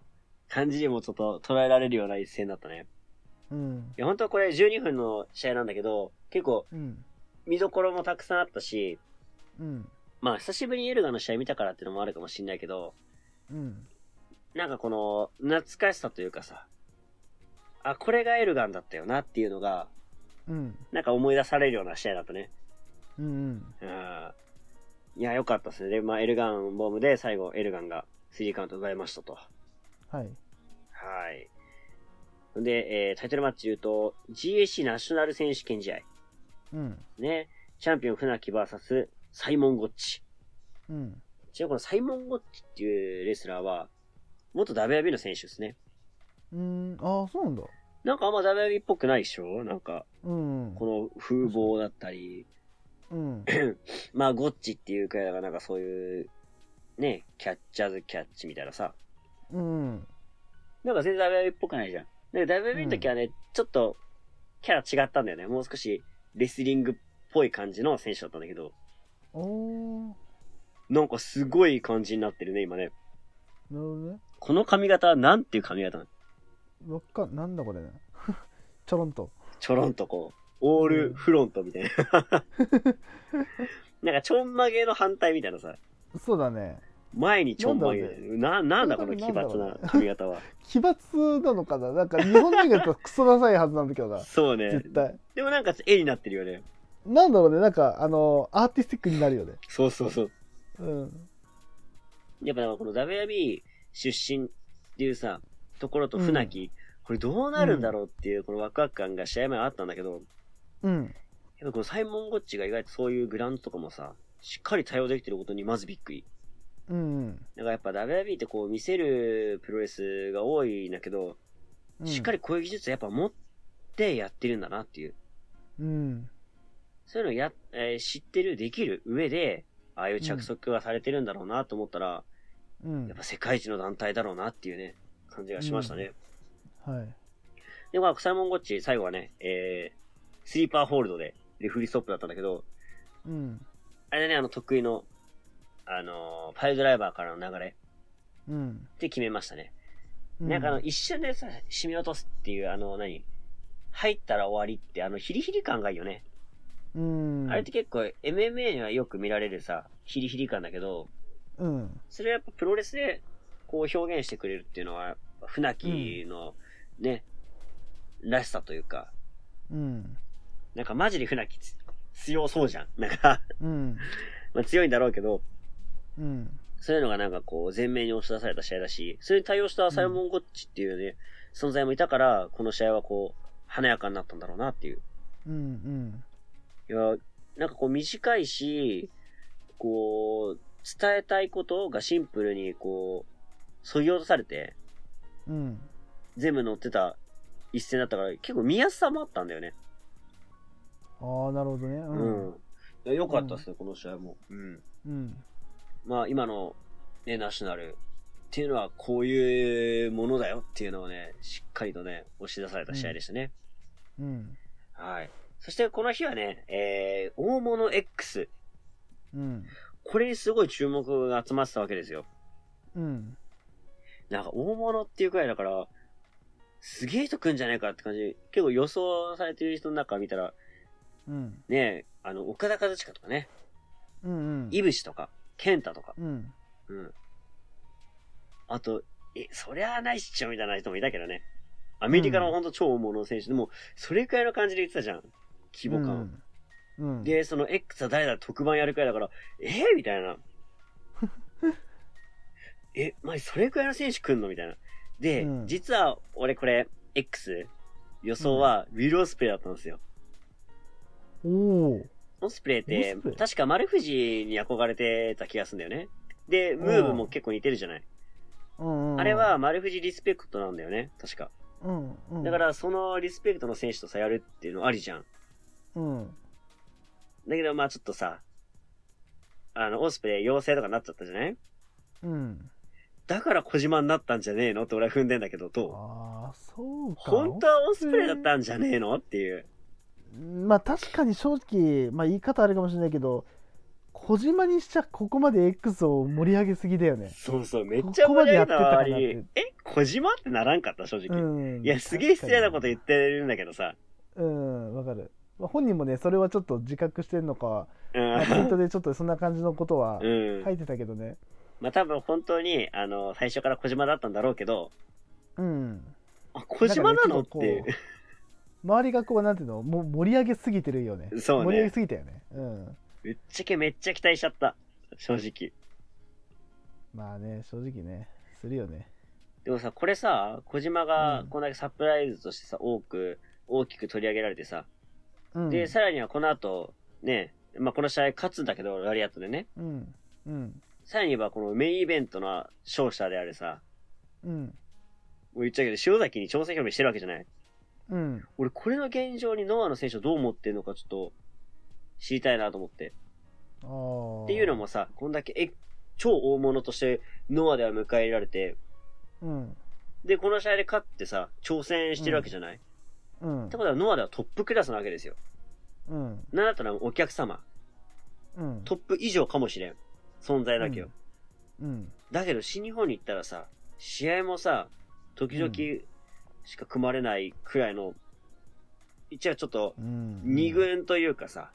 [SPEAKER 2] 感じにもちょっと捉えられるような一戦だったね。
[SPEAKER 1] うん。
[SPEAKER 2] いや、本当はこれ12分の試合なんだけど、結構
[SPEAKER 1] うん。
[SPEAKER 2] 見どころもたくさんあったし、
[SPEAKER 1] うん。
[SPEAKER 2] まあ久しぶりにエルガンの試合見たからっていうのもあるかもしんないけど、
[SPEAKER 1] うん。
[SPEAKER 2] なんかこの、懐かしさというかさ、あ、これがエルガンだったよなっていうのが、
[SPEAKER 1] うん。
[SPEAKER 2] なんか思い出されるような試合だったね。
[SPEAKER 1] うんうん。
[SPEAKER 2] うん。いや、良かったですね。で、まあエルガンボムで最後エルガンが3カウント奪いましたと。は
[SPEAKER 1] はい。
[SPEAKER 2] い。で、えータイトルマッチ言うと、GAC ナショナル選手権試合。
[SPEAKER 1] うん。
[SPEAKER 2] ね。チャンピオン船木 VS サイモン・ゴッチ。
[SPEAKER 1] うん。
[SPEAKER 2] ちなみにこのサイモン・ゴッチっていうレスラーは、元 WB の選手ですね。
[SPEAKER 1] うん。ああ、そうなんだ。
[SPEAKER 2] なんかあんま WB っぽくないでしょなんか、
[SPEAKER 1] うん。
[SPEAKER 2] この風貌だったり、
[SPEAKER 1] うん。
[SPEAKER 2] まあ、ゴッチっていうくらいだから、なんかそういう、ね、キャッチャーズキャッチみたいなさ、
[SPEAKER 1] うん。
[SPEAKER 2] なんか全然 WB っぽくないじゃん。だけど WB の時はね、ちょっと、キャラ違ったんだよね。もう少し、レスリングっぽい感じの選手だったんだけど、
[SPEAKER 1] おお。な
[SPEAKER 2] なんかすごい感じになってるね、今ね。
[SPEAKER 1] るほどね。
[SPEAKER 2] この髪型はなんていう髪型なの
[SPEAKER 1] わっかん、なんだこれね。ちょろんと。
[SPEAKER 2] ちょろんとこう、オールフロントみたいな。 なんかちょんまげの反対みたいなさ、
[SPEAKER 1] そうだね。
[SPEAKER 2] 前にちょんまげ
[SPEAKER 1] なんだろう。
[SPEAKER 2] な、なんだこの奇抜な髪型 は。
[SPEAKER 1] 奇抜なのかななんか日本人がやったらクソダサいはずなんだけどな。
[SPEAKER 2] そうね
[SPEAKER 1] 絶。対。
[SPEAKER 2] でもなんか絵になってるよね。
[SPEAKER 1] なんだろうね。なんか、あの、アーティスティックになるよね。
[SPEAKER 2] そうそうそう。
[SPEAKER 1] うん。
[SPEAKER 2] やっぱなんかこの WB 出身っていうさ、ところと船木、これどうなるんだろうっていうこのワクワク感が試合前あったんだけど、
[SPEAKER 1] うん。
[SPEAKER 2] やっぱこのサイモン・ゴッチが意外とそういうグラウンドとかもさ、しっかり対応できてることにまずびっくり。
[SPEAKER 1] うん。
[SPEAKER 2] だからやっぱ WB ってこう見せるプロレスが多いんだけど、
[SPEAKER 1] うん
[SPEAKER 2] しっかりこういう技術やっぱ持ってやってるんだなっていう。
[SPEAKER 1] うん。
[SPEAKER 2] そういうのや、えー知ってる、できる上で、ああいう着足がされてるんだろうなと思ったら、
[SPEAKER 1] うん
[SPEAKER 2] やっ。ぱ世界一の団体だろうなっていうね、感じがしましたね。
[SPEAKER 1] はい。
[SPEAKER 2] で、まあ、サイモン・ゴッチ、最後はね、えー、スリーパーホールドで、レフリーストップだったんだけど、
[SPEAKER 1] うん。
[SPEAKER 2] あれだね、あの、得意の、あのーパイルドライバーからの流れ
[SPEAKER 1] うん。
[SPEAKER 2] で決めましたね。
[SPEAKER 1] う
[SPEAKER 2] なんかあの、一瞬でさ、締め落とすっていう、あの、何入ったら終わりって、あの、ヒリヒリ感がいいよね。
[SPEAKER 1] うん。
[SPEAKER 2] あれって結構、MMA にはよく見られるさ、ヒリヒリ感だけど、
[SPEAKER 1] うん。
[SPEAKER 2] それはやっぱプロレスでこう表現してくれるっていうのは、やっぱ船木のね、らしさというか、
[SPEAKER 1] うん。
[SPEAKER 2] なんかマジで船木つ強そうじゃん。なんか、
[SPEAKER 1] うん。
[SPEAKER 2] まあ強いんだろうけど、
[SPEAKER 1] うん。
[SPEAKER 2] そういうのがなんかこう前面に押し出された試合だし、それに対応したサイモン・ゴッチっていうね、存在もいたから、この試合はこう、華やかになったんだろうなっていう。
[SPEAKER 1] うん。うん。
[SPEAKER 2] いや、なんかこう短いし、こう、伝えたいことがシンプルにこう、削ぎ落とされて、
[SPEAKER 1] うん。
[SPEAKER 2] 全部乗ってた一戦だったから、結構見やすさもあったんだよね。
[SPEAKER 1] ああ、なるほどね。
[SPEAKER 2] う
[SPEAKER 1] うん。
[SPEAKER 2] ん。いや良かったですね、この試合も。うん。
[SPEAKER 1] うん。
[SPEAKER 2] まあ、今の、ね、ナショナルっていうのは、こういうものだよっていうのをね、しっかりとね、押し出された試合でしたね。
[SPEAKER 1] うん。
[SPEAKER 2] はい。そして、この日はね、えー、大物 X。
[SPEAKER 1] うん。
[SPEAKER 2] これにすごい注目が集まってたわけですよ。
[SPEAKER 1] うん。
[SPEAKER 2] なんか大物っていうくらいだから、すげえ人来んじゃないかって感じ。結構予想されてる人の中見たら、
[SPEAKER 1] うん。
[SPEAKER 2] ね、あの、岡田和親とかね、
[SPEAKER 1] うん。うん。
[SPEAKER 2] いぶしとか、健太とか、
[SPEAKER 1] うん。
[SPEAKER 2] うん。あと、え、そりゃあないっしょみたいな人もいたけどね。アメリカのほんと超大物選手でも、それくらいの感じで言ってたじゃん。規模感を。
[SPEAKER 1] うん。うん。
[SPEAKER 2] で、その X は誰だ特番やるくらいだから、えー、み たいな。え、まそれくらいの選手来んのみたいな。で、
[SPEAKER 1] うん
[SPEAKER 2] 実は俺これ、X、予想はウィル・オスプレイだったんですよ。
[SPEAKER 1] おお。
[SPEAKER 2] オスプレイって
[SPEAKER 1] オスプレイ、
[SPEAKER 2] 確か丸藤に憧れてた気がするんだよね。で、ムーブも結構似てるじゃない。
[SPEAKER 1] うんうん。
[SPEAKER 2] あれは、丸藤リスペクトなんだよね、確か。
[SPEAKER 1] うん。うん。
[SPEAKER 2] だか、ら、そのリスペクトの選手とさ、やるっていうのありじゃん。
[SPEAKER 1] うん。
[SPEAKER 2] だけど、まあちょっとさ、あの、オスプレイ妖精とかになっちゃったじゃない
[SPEAKER 1] うん。
[SPEAKER 2] だから小島になったんじゃねえのって俺は踏んでんだけど、どう
[SPEAKER 1] ああ、そうか。
[SPEAKER 2] 本当はオスプレイだったんじゃねえのっていう。
[SPEAKER 1] まあ確かに正直、まあ言い方あるかもしれないけど、小島にしちゃここまで X を盛り上げすぎだよね。
[SPEAKER 2] そうそう、めっちゃ盛り上げた割に、
[SPEAKER 1] ここまでやって
[SPEAKER 2] え小島ってならんかった、正直。
[SPEAKER 1] うん。
[SPEAKER 2] いや、すげえ失礼なこと言
[SPEAKER 1] っ
[SPEAKER 2] ってるんだけどさ。
[SPEAKER 1] うん、わかる。まあ本人もね、それはちょっと自覚してるのか、
[SPEAKER 2] う
[SPEAKER 1] まあツイート
[SPEAKER 2] ん。
[SPEAKER 1] でちょっとそんな感じのことは
[SPEAKER 2] うん
[SPEAKER 1] 書。いてたけどね。
[SPEAKER 2] まあ、多分本当に、あの、最初から小島だったんだろうけど、
[SPEAKER 1] うん。
[SPEAKER 2] あ、小島なの
[SPEAKER 1] ん
[SPEAKER 2] っ
[SPEAKER 1] か
[SPEAKER 2] てい
[SPEAKER 1] ね
[SPEAKER 2] う。
[SPEAKER 1] 結構こう周りがこう、なんていうの、もう盛り上げすぎてるよね。
[SPEAKER 2] そうね
[SPEAKER 1] 盛り上げすぎたよね。うん。
[SPEAKER 2] ぶっちゃ けめっちゃ期待しちゃった。正直。
[SPEAKER 1] まあね、正直ね、するよね。
[SPEAKER 2] でもさ、これさ、小島が
[SPEAKER 1] うん
[SPEAKER 2] こんだけサプライズとしてさ、多く、大きく取り上げられてさ、
[SPEAKER 1] うん。
[SPEAKER 2] で、さらにはこの後、ね、まあ、この試合勝つんだけど、ラリアットでね。
[SPEAKER 1] うん。うん。
[SPEAKER 2] さらに言えば、このメインイベントの勝者であるさ、
[SPEAKER 1] うん。
[SPEAKER 2] もう言っちゃうけど、塩崎に挑戦表明してるわけじゃない。
[SPEAKER 1] うん。
[SPEAKER 2] 俺、これの現状にノアの選手をどう思ってるのかちょっと、知りたいなと思って。
[SPEAKER 1] ああ。
[SPEAKER 2] っていうのもさ、こんだけ、え、超大物として、ノアでは迎え入れられて、
[SPEAKER 1] うん。
[SPEAKER 2] で、この試合で勝ってさ、挑戦してるわけじゃない、っ
[SPEAKER 1] うん
[SPEAKER 2] て。ことは、ノアではトップクラスなわけですよ。
[SPEAKER 1] うん。
[SPEAKER 2] なんだったらお客様、
[SPEAKER 1] うん。
[SPEAKER 2] トップ以上かもしれん。存在だけよ。
[SPEAKER 1] うん。
[SPEAKER 2] だけど新日本に行ったらさ、試合もさ、時々しか組まれないくらいの、一応ちょっと
[SPEAKER 1] うん。
[SPEAKER 2] 二軍というかさ、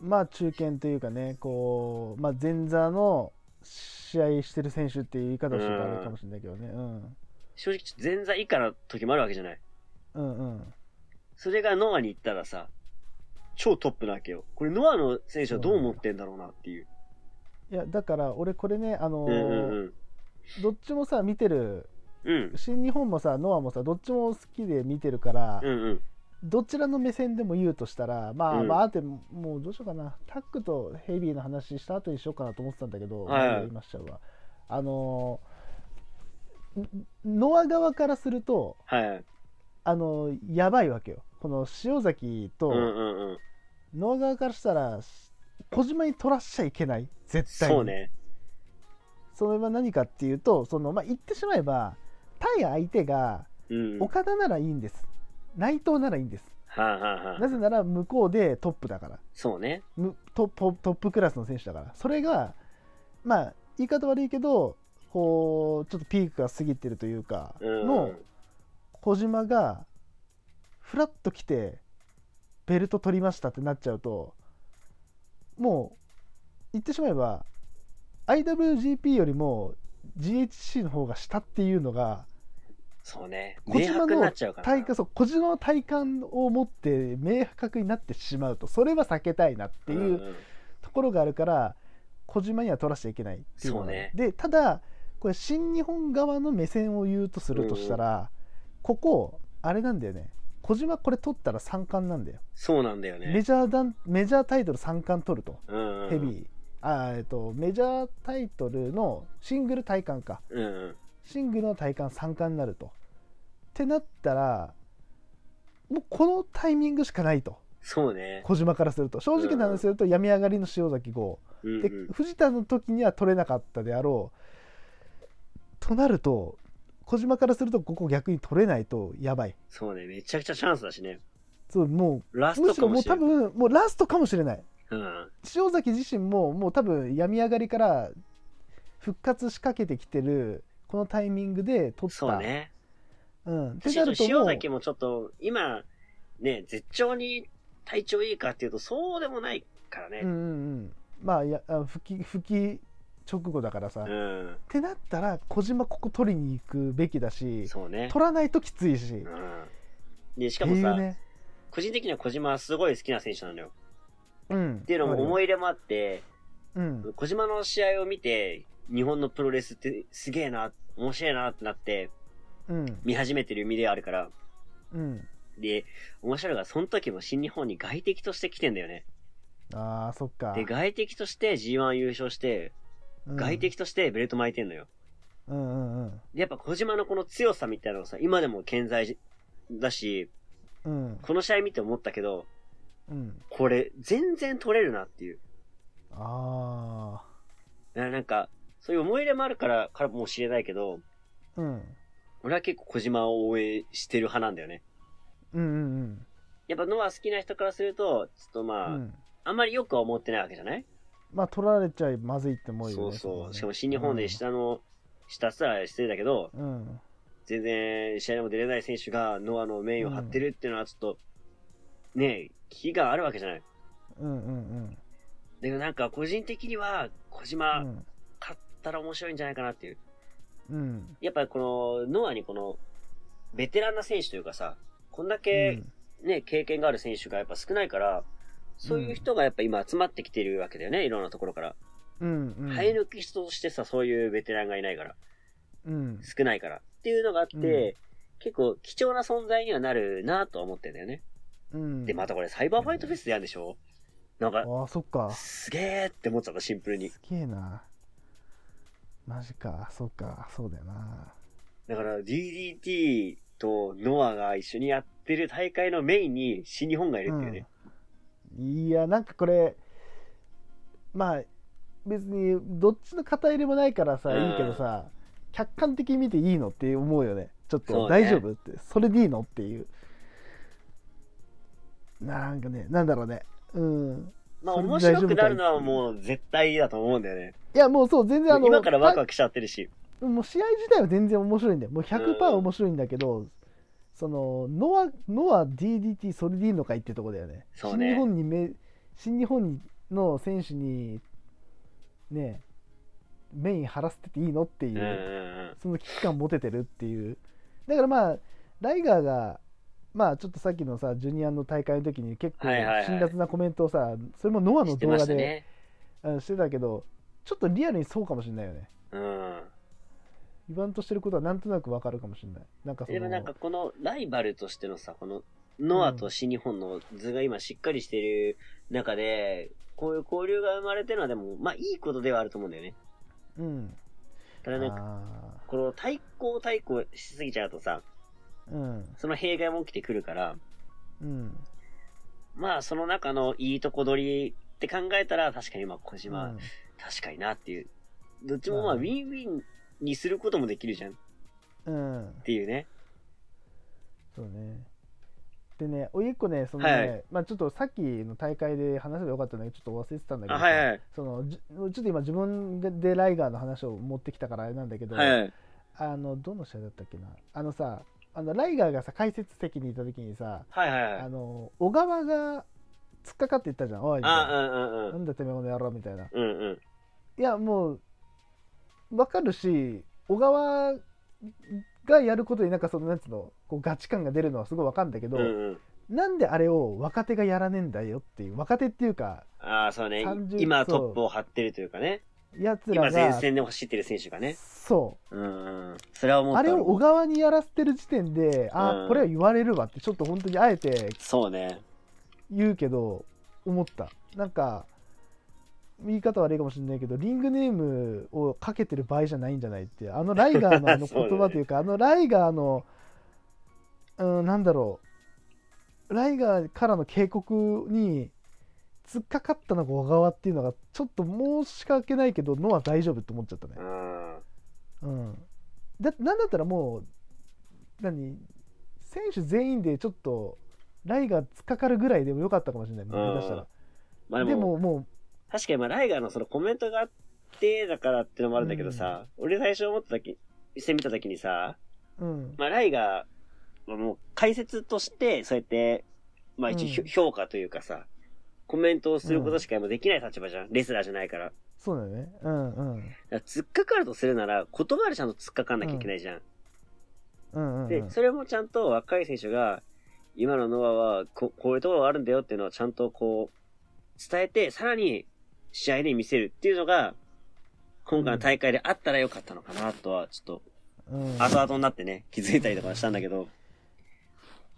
[SPEAKER 1] まあ中堅というかね、こう、まあ前座の試合してる選手っていう言い方をしてたらあれかもしれないけどね。うん。
[SPEAKER 2] 正直ちょっと前座以下の時もあるわけじゃない。
[SPEAKER 1] うんうん。
[SPEAKER 2] それがノアに行ったらさ、超トップなわけよ。これノアの選手はどう思ってんだろうなっていう。
[SPEAKER 1] いや、だから俺これね、あの
[SPEAKER 2] うんうんう
[SPEAKER 1] ー、
[SPEAKER 2] ん。
[SPEAKER 1] どっちもさ、見てる、
[SPEAKER 2] うん。
[SPEAKER 1] 新日本もさ、ノアもさ、どっちも好きで見てるから
[SPEAKER 2] う、んうん。
[SPEAKER 1] どちらの目線でも言うとしたら、まあ、
[SPEAKER 2] うん
[SPEAKER 1] まあ、あって、もうどうしようかな、タックとヘビーの話した後にしようかなと思ってたんだけど、
[SPEAKER 2] はい
[SPEAKER 1] まあ言いましたわ。あのー、ノア側からすると、
[SPEAKER 2] はいはい。
[SPEAKER 1] あのーやばいわけよ。この塩崎
[SPEAKER 2] うん
[SPEAKER 1] と、
[SPEAKER 2] うんうん。
[SPEAKER 1] ノア側からしたら、小島に取らしちゃいけない、絶対に。
[SPEAKER 2] そうね。
[SPEAKER 1] それは何かっていうと、その、まあ、言ってしまえば、対相手が、
[SPEAKER 2] うん。は
[SPEAKER 1] 岡田ならいいんです。内藤ならいいんです。
[SPEAKER 2] あ、はあは
[SPEAKER 1] なぜ
[SPEAKER 2] あ、
[SPEAKER 1] なら、向こうでトップだから。
[SPEAKER 2] そうね。
[SPEAKER 1] むトップトップクラスの選手だからそれがまあ言い方悪いけどこうちょっとピークが過ぎてるというか
[SPEAKER 2] うん。
[SPEAKER 1] の小島がフラッと来てベルト取りましたってなっちゃうともう言ってしまえば IWGP よりも GHC の方が下っていうのが
[SPEAKER 2] そうね。
[SPEAKER 1] 小
[SPEAKER 2] 明
[SPEAKER 1] 島
[SPEAKER 2] 白にな
[SPEAKER 1] の
[SPEAKER 2] っちゃうからな。
[SPEAKER 1] 体感そう小島の体感を持って明白になってしまうとそれは避けたいなっていう。
[SPEAKER 2] んん
[SPEAKER 1] ところがあるから小島には取らしちゃいけないっていうのが
[SPEAKER 2] そうね
[SPEAKER 1] でただこれ新日本側の目線を言うとするとしたら、ここあれなんだよね小島これ取ったら三冠なんだよ、
[SPEAKER 2] そうなんだよね。
[SPEAKER 1] メジャーダンメジャータイトル三冠取ると、
[SPEAKER 2] うんうんうん
[SPEAKER 1] ヘビーあえっとメジャータイトルのシングル体感か
[SPEAKER 2] うんうん。
[SPEAKER 1] シングルの体感3冠になるとってなったらもうこのタイミングしかないと
[SPEAKER 2] そうね。
[SPEAKER 1] 小島からすると正直な話すると病み上がりの塩崎豪
[SPEAKER 2] うんう
[SPEAKER 1] で
[SPEAKER 2] ん。
[SPEAKER 1] 藤田の時には取れなかったであろうとなると小島からするとここ逆に取れないとやばい
[SPEAKER 2] そうね。めちゃくちゃチャンスだしね。
[SPEAKER 1] そうも
[SPEAKER 2] ラ
[SPEAKER 1] う
[SPEAKER 2] ス
[SPEAKER 1] む
[SPEAKER 2] ト
[SPEAKER 1] し
[SPEAKER 2] か
[SPEAKER 1] ろも
[SPEAKER 2] も
[SPEAKER 1] う
[SPEAKER 2] しれ
[SPEAKER 1] 多
[SPEAKER 2] ない。
[SPEAKER 1] 分もうラストかもしれない
[SPEAKER 2] うん。
[SPEAKER 1] 塩崎自身ももう多分病み上がりから復活しかけてきてるこのタイミングで取った
[SPEAKER 2] そうね。
[SPEAKER 1] うん、ってな
[SPEAKER 2] 塩
[SPEAKER 1] るともう
[SPEAKER 2] 崎もちょっと、今、ね、絶頂に体調いいかっていうと、そうでもないから
[SPEAKER 1] うんう
[SPEAKER 2] ね。
[SPEAKER 1] んうん、まあいやあ復帰復帰直後だからさ、
[SPEAKER 2] う
[SPEAKER 1] っ
[SPEAKER 2] ん。
[SPEAKER 1] てなったら小島ここ取りに行くべきだし
[SPEAKER 2] そうね。
[SPEAKER 1] 取らないときついし、
[SPEAKER 2] う
[SPEAKER 1] っ
[SPEAKER 2] ん。で、してか
[SPEAKER 1] い
[SPEAKER 2] も
[SPEAKER 1] う
[SPEAKER 2] さ、
[SPEAKER 1] ね、
[SPEAKER 2] 個人的には小島はすごい好きな選手なのよ。
[SPEAKER 1] うん、っ
[SPEAKER 2] っていうのも思
[SPEAKER 1] い、
[SPEAKER 2] い入れもあって、
[SPEAKER 1] うん、
[SPEAKER 2] 小島の試合を見て、日本のプロレスってすげえな、面白いなってなって、
[SPEAKER 1] うん、
[SPEAKER 2] 見始めてる身であるから。
[SPEAKER 1] うん、
[SPEAKER 2] で、面白いのが、その時も新日本に外敵として来てんだよね。
[SPEAKER 1] ああ、そっか。
[SPEAKER 2] で、外敵として G1 優勝して、
[SPEAKER 1] うん
[SPEAKER 2] 外敵としてベルト巻いてんのよ。
[SPEAKER 1] うんうんうん
[SPEAKER 2] で、やっぱ小島のこの強さみたいなのさ、今でも健在だし、
[SPEAKER 1] うん
[SPEAKER 2] この試合見て思ったけど、
[SPEAKER 1] うん、
[SPEAKER 2] これ、全然取れるなっていう。
[SPEAKER 1] あ
[SPEAKER 2] だからなんか、そういう思い入れもあるから、からもしれないけど、
[SPEAKER 1] あ、うん、うん
[SPEAKER 2] 俺は結構小島を応援してる派なんだよね。
[SPEAKER 1] うんうん、
[SPEAKER 2] やっぱノア好きな人からすると、ちょっとま
[SPEAKER 1] う
[SPEAKER 2] あ、
[SPEAKER 1] ん、
[SPEAKER 2] あんまりよくは思ってないわけじゃない
[SPEAKER 1] まあ取られちゃいまずいって思うよね。
[SPEAKER 2] そうそう。
[SPEAKER 1] こ
[SPEAKER 2] しかも新日本で下の、下すら失礼だけど、
[SPEAKER 1] うん、
[SPEAKER 2] 全然試合にも出れない選手がノアのメインを張ってるっていうのはちょっと、ねえ、気があるわけじゃない。だ
[SPEAKER 1] うん、うんうん
[SPEAKER 2] けどなんか個人的には、小
[SPEAKER 1] う
[SPEAKER 2] 島、
[SPEAKER 1] ん、
[SPEAKER 2] 勝ったら面白いんじゃないかなっていう。
[SPEAKER 1] うん、
[SPEAKER 2] やっぱりこの、ノアにこの、ベテランな選手というかさ、こんだ
[SPEAKER 1] う
[SPEAKER 2] け
[SPEAKER 1] ん
[SPEAKER 2] ね、経験がある選手がやっぱ少ないから、そういう人がやっぱ今集まってきてるわけだよね、いろんなところから。
[SPEAKER 1] うん、うん、
[SPEAKER 2] 生え抜き人としてさ、そういうベテランがいないから、
[SPEAKER 1] うん、
[SPEAKER 2] 少ないからっていうのがあって、
[SPEAKER 1] うん
[SPEAKER 2] 結構貴重な存在にはなるなとは思ってんだよね。
[SPEAKER 1] うん、
[SPEAKER 2] で、またこれサイバーファイトフェスでやるんでしょなんか、
[SPEAKER 1] ああ、そっか。
[SPEAKER 2] すげえって思っちゃった、シンプルに。
[SPEAKER 1] すげえな。マジか、そうか、そうだよな。
[SPEAKER 2] だから DDT とノアが一緒にやってる大会のメインに新日本がいるっていうね。
[SPEAKER 1] いや、なんかこれ、まあ、別にどっちの肩入れもないからさ、
[SPEAKER 2] うん
[SPEAKER 1] いいけどさ、客観的に見ていいのって思うよね。ちょっ
[SPEAKER 2] そ
[SPEAKER 1] と
[SPEAKER 2] うね
[SPEAKER 1] 大丈夫って、それでいいのっていう。なんかね、なんだろうね。うん。
[SPEAKER 2] まあ
[SPEAKER 1] それで大
[SPEAKER 2] 面
[SPEAKER 1] 丈夫かい
[SPEAKER 2] 白くなるのはもう絶対だと思うんだよね。
[SPEAKER 1] いや、もうそう、全然あの、
[SPEAKER 2] 今からワクワクしちゃってるし。
[SPEAKER 1] たもう試合自体は全然面白いんだよ。もう100%
[SPEAKER 2] うん
[SPEAKER 1] 面白いんだけど、その、ノア、ノア DDT、それでいいのかいってとこだよね。
[SPEAKER 2] そう
[SPEAKER 1] 新
[SPEAKER 2] ね
[SPEAKER 1] 日本にめ、新日本の選手に、ね、メイン張らせてていいのっていうう、
[SPEAKER 2] んうんうん。
[SPEAKER 1] その危機感持ててるっていう。だからまあ、ライガーが、まあちょっとさっきのさ、ジュニアの大会の時に結構
[SPEAKER 2] はいはいはい
[SPEAKER 1] 辛辣なコメントをさ、それもノア
[SPEAKER 2] 知
[SPEAKER 1] の
[SPEAKER 2] って
[SPEAKER 1] 動
[SPEAKER 2] ま
[SPEAKER 1] 画
[SPEAKER 2] した
[SPEAKER 1] で
[SPEAKER 2] ね。
[SPEAKER 1] うんしてたけど、ちょっとリアルにそうかもしれないよね。
[SPEAKER 2] うん。
[SPEAKER 1] 言わんとしてることはなんとなくわかるかもしれない。なんかその
[SPEAKER 2] でもなんかこのライバルとしてのさ、このノアと新日本の図が今しっかりしてる中で、こういう交流が生まれてるのはでも、まあいいことではあると思うんだよね。
[SPEAKER 1] うん。
[SPEAKER 2] た
[SPEAKER 1] あ
[SPEAKER 2] だなんか、
[SPEAKER 1] あ
[SPEAKER 2] この対抗対抗しすぎちゃうとさ、
[SPEAKER 1] ーうん。
[SPEAKER 2] その弊害も起きてくるから、
[SPEAKER 1] うん。
[SPEAKER 2] まあその中のいいとこ取りって考えたら、確かにまあ小島、
[SPEAKER 1] うん
[SPEAKER 2] 確かになっていう。どっちもまあ
[SPEAKER 1] う
[SPEAKER 2] ウ
[SPEAKER 1] ん
[SPEAKER 2] ィンウィンにすることもできるじゃんっ
[SPEAKER 1] うん。
[SPEAKER 2] ていうね。
[SPEAKER 1] そうね。でね、お一個ね、そのね、
[SPEAKER 2] はい
[SPEAKER 1] まあちょっとさっきの大会で話せばよかったんだけど、ちょっと忘れてたんだけ
[SPEAKER 2] あ、
[SPEAKER 1] どさ、
[SPEAKER 2] はいはい。
[SPEAKER 1] そのじちょっと今自分でライガーの話を持ってきたからあれなんだけど、
[SPEAKER 2] はいはい。
[SPEAKER 1] あのどの試合だったっけなあのさあのライガーがさ解説席にいた時にさ、
[SPEAKER 2] はいはいは
[SPEAKER 1] あ
[SPEAKER 2] い。
[SPEAKER 1] の小川が突っかかっていったじゃんおいみたいな
[SPEAKER 2] あ、うんうんう。
[SPEAKER 1] なんんだてめえこの野郎みたいな
[SPEAKER 2] うんうん。
[SPEAKER 1] いやもうわかるし小川がやることになんかそのなんつうのこうガチ感が出るのはすごいわかんだけど、
[SPEAKER 2] うんうん。
[SPEAKER 1] なんであれを若手がやらねえんだよっていう若手っていうか
[SPEAKER 2] ああ、そうね。
[SPEAKER 1] 30
[SPEAKER 2] 今トップを張ってるというかね。
[SPEAKER 1] やつ
[SPEAKER 2] 今
[SPEAKER 1] ら
[SPEAKER 2] 前
[SPEAKER 1] が
[SPEAKER 2] 線で走ってる選手がね。
[SPEAKER 1] そ
[SPEAKER 2] うんうん。それは思
[SPEAKER 1] う
[SPEAKER 2] った。
[SPEAKER 1] あれを小川にやらせてる時点であ
[SPEAKER 2] うん
[SPEAKER 1] あこれは言われるわってちょっと本当にあえて
[SPEAKER 2] そうね。
[SPEAKER 1] 言うけど思ったなんか言い方悪いかもしれないけどリングネームをかけてる場合じゃないんじゃないってあのライガーのあの
[SPEAKER 2] そうね
[SPEAKER 1] 言葉というかあのライガーのうんなんだろうライガーからの警告に突っかかったのが小川っていうのがちょっと申し訳ないけどノア大丈夫って思っちゃったね
[SPEAKER 2] う。ん。
[SPEAKER 1] うん、だってなんだったらもう何選手全員でちょっとライガー突っかかるぐらいでもよかったかもしれない、もう下手したら。
[SPEAKER 2] まあ
[SPEAKER 1] で
[SPEAKER 2] でも、
[SPEAKER 1] もも
[SPEAKER 2] 確かにまあライガーのそのコメントがあって、だからってのもあるんだけどさ、俺最初思った時、してみた時にさ、
[SPEAKER 1] う、うん、
[SPEAKER 2] まあライガーはもう解説として、そうやって、まあ一応ひょ、
[SPEAKER 1] うん
[SPEAKER 2] 評価というかさ、コメントをすることしか今できない立場じゃん。レスラーじゃないから。だか
[SPEAKER 1] そうだよね。うんうん。
[SPEAKER 2] ら突っかかるとするなら、言葉でちゃんと突っかかんなきゃいけないじゃん。
[SPEAKER 1] うんうんうん、
[SPEAKER 2] で、それもちゃんと若い選手が、今のノアはこ、こういうところがあるんだよっていうのをちゃんとこう、伝えて、さらに試合で見せるっていうのが、今回の大会であったらよかったのかなとは、ちょっ
[SPEAKER 1] うん、
[SPEAKER 2] と、後々になってね、気づいたりとかしたんだけど、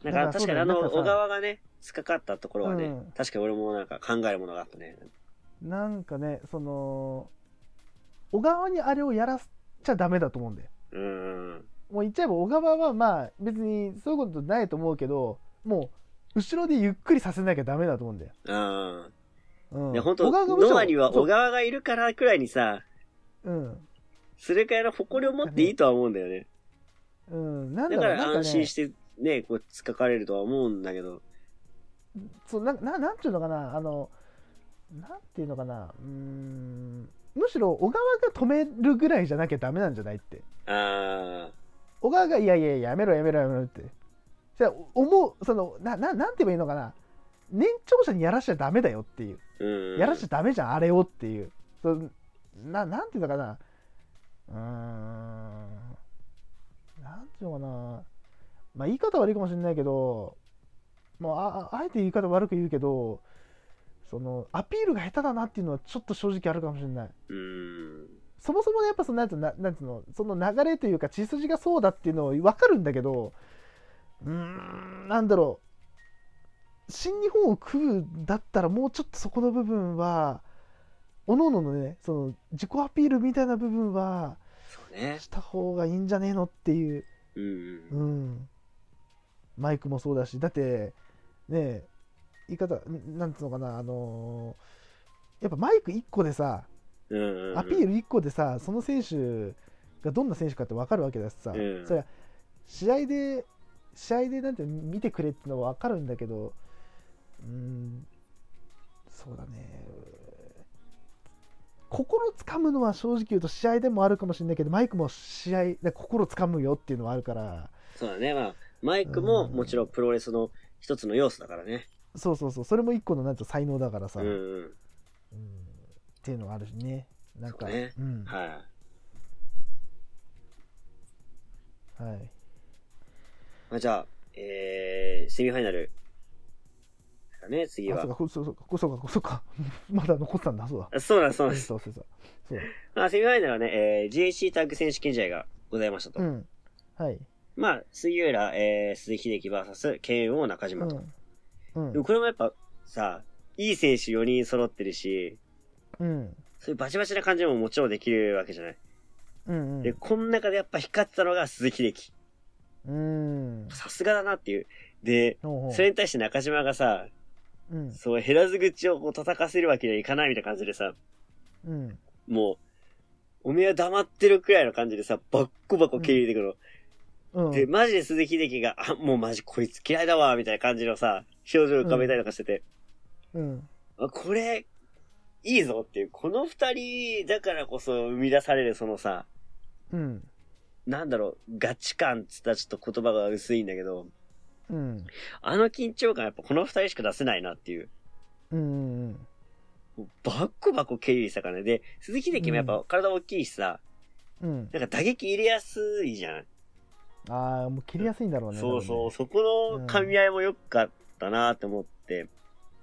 [SPEAKER 2] なん
[SPEAKER 1] なん
[SPEAKER 2] か
[SPEAKER 1] か
[SPEAKER 2] 確かに
[SPEAKER 1] そ
[SPEAKER 2] あ
[SPEAKER 1] うだ
[SPEAKER 2] の、
[SPEAKER 1] よなんかさ
[SPEAKER 2] 小川がね、突っかかったところはね、
[SPEAKER 1] うん
[SPEAKER 2] 確かに俺もなんか考えるものがあったね。
[SPEAKER 1] なんかね、その、小川にあれをやらせちゃダメだと思うんだよ。
[SPEAKER 2] うーん。
[SPEAKER 1] もう言っちゃえば小川はまあ別にそういうことないと思うけど、もう後ろでゆっくりさせなきゃダメだと思うんだよ。
[SPEAKER 2] うん。
[SPEAKER 1] うん、
[SPEAKER 2] ね、本当
[SPEAKER 1] むしろ
[SPEAKER 2] ノアには小
[SPEAKER 1] そう
[SPEAKER 2] 川がいるからくらいにさ、
[SPEAKER 1] うん
[SPEAKER 2] それくらいの誇りを持っていいとは思うんだよね。
[SPEAKER 1] うん、なんだ
[SPEAKER 2] だ
[SPEAKER 1] ろう
[SPEAKER 2] か
[SPEAKER 1] な
[SPEAKER 2] ら
[SPEAKER 1] んか
[SPEAKER 2] 安
[SPEAKER 1] ね
[SPEAKER 2] 心してね、こう、つかかれるとは思うんだけど。
[SPEAKER 1] そうなななんていうのかなあのなんていうのかなうーんむしろ小川が止めるぐらいじゃなきゃダメなんじゃないって
[SPEAKER 2] あ
[SPEAKER 1] 小川が「いやいややめろやめろやめろ」ってじゃあ思うそのなななんて言えばいいのかな年長者にやらしちゃダメだよっていう
[SPEAKER 2] ー、うん。
[SPEAKER 1] やらしちゃダメじゃんあれをっていうそのななんていうのかなうーんなんていうのかなまあ言い方悪いかもしれないけどもうあああえて言い方悪く言うけどそのアピールが下手だなっていうのはちょっと正直あるかもしれない
[SPEAKER 2] うん。
[SPEAKER 1] そもそもねやっぱそのなんつうのななんつうのその流れというか血筋がそうだっていうのを分かるんだけどうーんなんだろう新日本を組むだったらもうちょっとそこの部分は各々のねその自己アピールみたいな部分は
[SPEAKER 2] そうね。
[SPEAKER 1] した方がいいんじゃねえのっていう、
[SPEAKER 2] う。
[SPEAKER 1] うんん、マイクもそうだしだってねえ言い方んなんつうのかなあのーやっぱマイク1個でさ
[SPEAKER 2] うん。
[SPEAKER 1] アピール1個でさ、その選手がどんな選手かって分かるわけだしさ、
[SPEAKER 2] うん
[SPEAKER 1] それは試合で、試合でなんて見てくれってのは分かるんだけど、うーん、そうだね、心つかむのは正直言うと、試合でもあるかもしれないけど、マイクも試合で心つかむよっていうのはあるから、
[SPEAKER 2] そうだね。まあ、マイクも
[SPEAKER 1] うん
[SPEAKER 2] もちろんプロレスの一つの要素だからね。
[SPEAKER 1] そうそうそう、それも1個のなんて才能だからさ、
[SPEAKER 2] う
[SPEAKER 1] うんん
[SPEAKER 2] うん。
[SPEAKER 1] っていうのはあるしね、なんか、
[SPEAKER 2] そうね
[SPEAKER 1] うん、
[SPEAKER 2] はい、
[SPEAKER 1] はい、
[SPEAKER 2] まあ、じゃあ、えー、セミファイナル。だね、次
[SPEAKER 1] あ
[SPEAKER 2] は
[SPEAKER 1] そう。か、そうか、そうか、そうか、 まだ残ってたんだ、そうだ。
[SPEAKER 2] あそうなんですそうなんです。
[SPEAKER 1] そうそうそう。そう
[SPEAKER 2] まあ、セミファイナルはね、えー、GHC タッグ選手権試合がございましたと。
[SPEAKER 1] うん。はい。
[SPEAKER 2] まあ、杉浦、えー、鈴木秀樹 VS、慶応中
[SPEAKER 1] う
[SPEAKER 2] 島と。
[SPEAKER 1] ん。う
[SPEAKER 2] でも
[SPEAKER 1] ん。
[SPEAKER 2] これもやっぱさ、いい選手4人揃ってるし、
[SPEAKER 1] うん。
[SPEAKER 2] そういうバチバチな感じももちろんできるわけじゃない。
[SPEAKER 1] うん。
[SPEAKER 2] で、この中でやっぱ光ってたのが鈴木秀樹。
[SPEAKER 1] うん。
[SPEAKER 2] さすがだなっていう。で、
[SPEAKER 1] ほうほう
[SPEAKER 2] それに対して中島がさ、
[SPEAKER 1] うん。
[SPEAKER 2] そう、減らず口をこう叩かせるわけにはいかないみたいな感じでさ、
[SPEAKER 1] うん。
[SPEAKER 2] もう、おめえは黙ってるくらいの感じでさ、バッコバコ蹴り入れてくるの。
[SPEAKER 1] うん。
[SPEAKER 2] で、マジで鈴木秀樹が、あ、もうマジこいつ嫌いだわ、みたいな感じのさ、表情浮かべたりとかしてて、
[SPEAKER 1] うん。
[SPEAKER 2] あこれ、いいぞっていう、この二人だからこそ生み出されるそのさ、
[SPEAKER 1] うん。
[SPEAKER 2] なんだろう、ガチ感っつったらちょっと言葉が薄いんだけど、
[SPEAKER 1] うん。
[SPEAKER 2] あの緊張感やっぱこの二人しか出せないなっていう。
[SPEAKER 1] うん。
[SPEAKER 2] もうバッコバコ蹴りしたからね。で、鈴木秀樹もやっぱ体大きいしさ、
[SPEAKER 1] うん。
[SPEAKER 2] なんか打撃入れやすいじゃん。
[SPEAKER 1] ああ、もう切りやすいんだろうね。
[SPEAKER 2] そうそう、そこの噛み合いも良かったなって思って。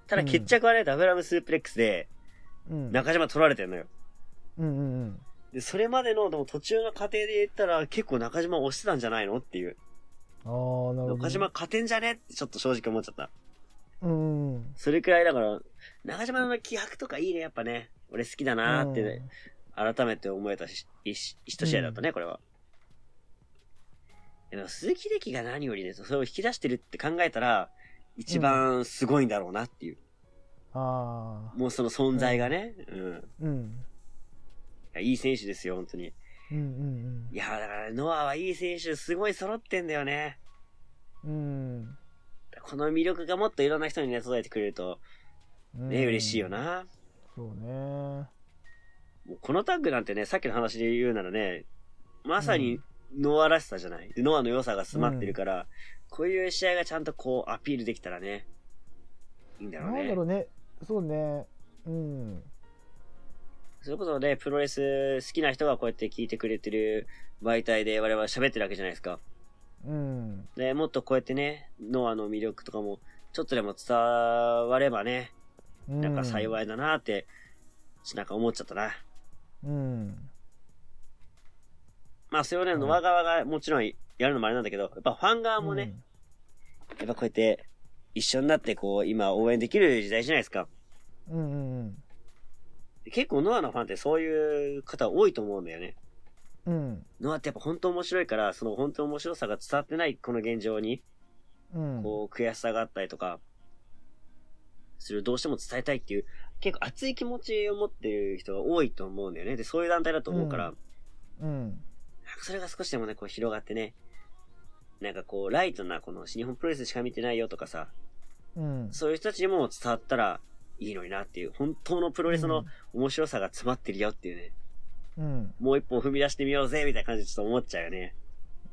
[SPEAKER 2] ただ決着はね、ダブラムスープレックスで、
[SPEAKER 1] う。うん。
[SPEAKER 2] 中島取られてんのよ。
[SPEAKER 1] うんうん
[SPEAKER 2] で、それまでの、でも途中の過程で言ったら結構中島押してたんじゃないのっていう。
[SPEAKER 1] うん。ああ、なるほど。
[SPEAKER 2] 中島勝てんじゃねってちょっと正直思っちゃった。
[SPEAKER 1] うん。
[SPEAKER 2] それくらいだから、長島の気迫とかいいね、やっぱね。俺好きだなーって、ね改めて思えたし、いし一試合だったね、これは。でも鈴木歴が何よりね、それを引き出してるって考えたら、一番すごいんだろうなっていう。
[SPEAKER 1] うん。ああ。
[SPEAKER 2] もうその存在がね、うん、い
[SPEAKER 1] うん。
[SPEAKER 2] やいい選手ですよ、本当に。
[SPEAKER 1] うんうん
[SPEAKER 2] いやーだからノアはいい選手、すごい揃ってんだよね。
[SPEAKER 1] うん。
[SPEAKER 2] この魅力がもっといろんな人にね、届いてくれると、
[SPEAKER 1] うん。
[SPEAKER 2] ね、嬉しいよ。な。
[SPEAKER 1] そうね。
[SPEAKER 2] もうこのタッグなんてね、さっきの話で言うならね、まさにノアらしさじゃない。でノアの良さが詰まってるから、こういう試合がちゃんとこうアピールできたらね、いいんだろう
[SPEAKER 1] なんだ
[SPEAKER 2] ね
[SPEAKER 1] ろ。うね。そうね。うん。
[SPEAKER 2] それこそね、プロレス好きな人がこうやって聞いてくれてる媒体で我々は喋ってるわけじゃないですか。
[SPEAKER 1] うん。
[SPEAKER 2] で、もっとこうやってね、ノアの魅力とかも、ちょっとでも伝わればね、なんか幸
[SPEAKER 1] い。
[SPEAKER 2] いだなって、なんか思っちゃったな。
[SPEAKER 1] うん。
[SPEAKER 2] まあ、それをね、
[SPEAKER 1] うん
[SPEAKER 2] ノア側がもちろんやるのもあれなんだけど、やっぱファン側もね、やっぱこうやって、一緒になってこう、今応援できる時代じゃないですか。
[SPEAKER 1] うん。うんうん
[SPEAKER 2] 結構ノアのファンってそういう方多いと思うんだよね。
[SPEAKER 1] うん。うん。
[SPEAKER 2] ノアってやっぱ本当面白いから、その本当面白さが伝わってないこの現状に、
[SPEAKER 1] うん。
[SPEAKER 2] こう悔しさがあったりとか、それをどうしても伝えたいっていう、結構熱い気持ちを持ってる人が多いと思うんだよね。で、そういう団体だと思うから、
[SPEAKER 1] ううん。
[SPEAKER 2] なんかそれが少しでもね、こう広がってね、なんかこう、ライトな、この日本プロレスしか見てないよとかさ、
[SPEAKER 1] うん。
[SPEAKER 2] そういう人たちにも伝わったらいいのになっていう、本当のプロレスの面白さが詰まってるよっていうね、
[SPEAKER 1] うん。
[SPEAKER 2] もう一歩踏み出してみようぜみたいな感じでちょっと思っちゃうよね。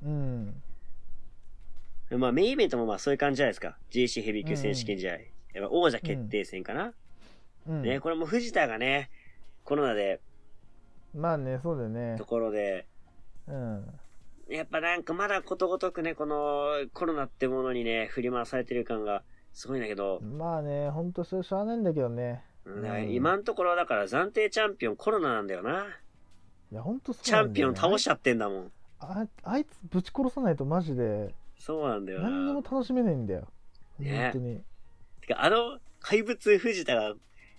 [SPEAKER 1] うん。
[SPEAKER 2] まあメインイベントもまあそういう感じじゃないですか。GC ヘビー級選手権試合。やっぱ王者決定戦かな、
[SPEAKER 1] うん。
[SPEAKER 2] ね、これも藤田がね、コロナで、
[SPEAKER 1] まあね、そうだよね
[SPEAKER 2] と。ころで、
[SPEAKER 1] うん。
[SPEAKER 2] やっぱなんかまだことごとくね、このコロナってものにね、振り回されてる感がすごいんだけど、
[SPEAKER 1] まあね、ほんとそれしゃあないんだけどね。
[SPEAKER 2] うんだから
[SPEAKER 1] うん
[SPEAKER 2] 今のところだから暫定チャンピオンコロナなんだよな。
[SPEAKER 1] いや、ほんとそう
[SPEAKER 2] チャンピオン倒
[SPEAKER 1] し
[SPEAKER 2] しちゃってんだもん。
[SPEAKER 1] ああいつぶち殺さないとマジで
[SPEAKER 2] そうなんだよな。
[SPEAKER 1] 何にも楽しめないんだよ。
[SPEAKER 2] ね
[SPEAKER 1] 本当に。
[SPEAKER 2] てか、あの、怪物藤田が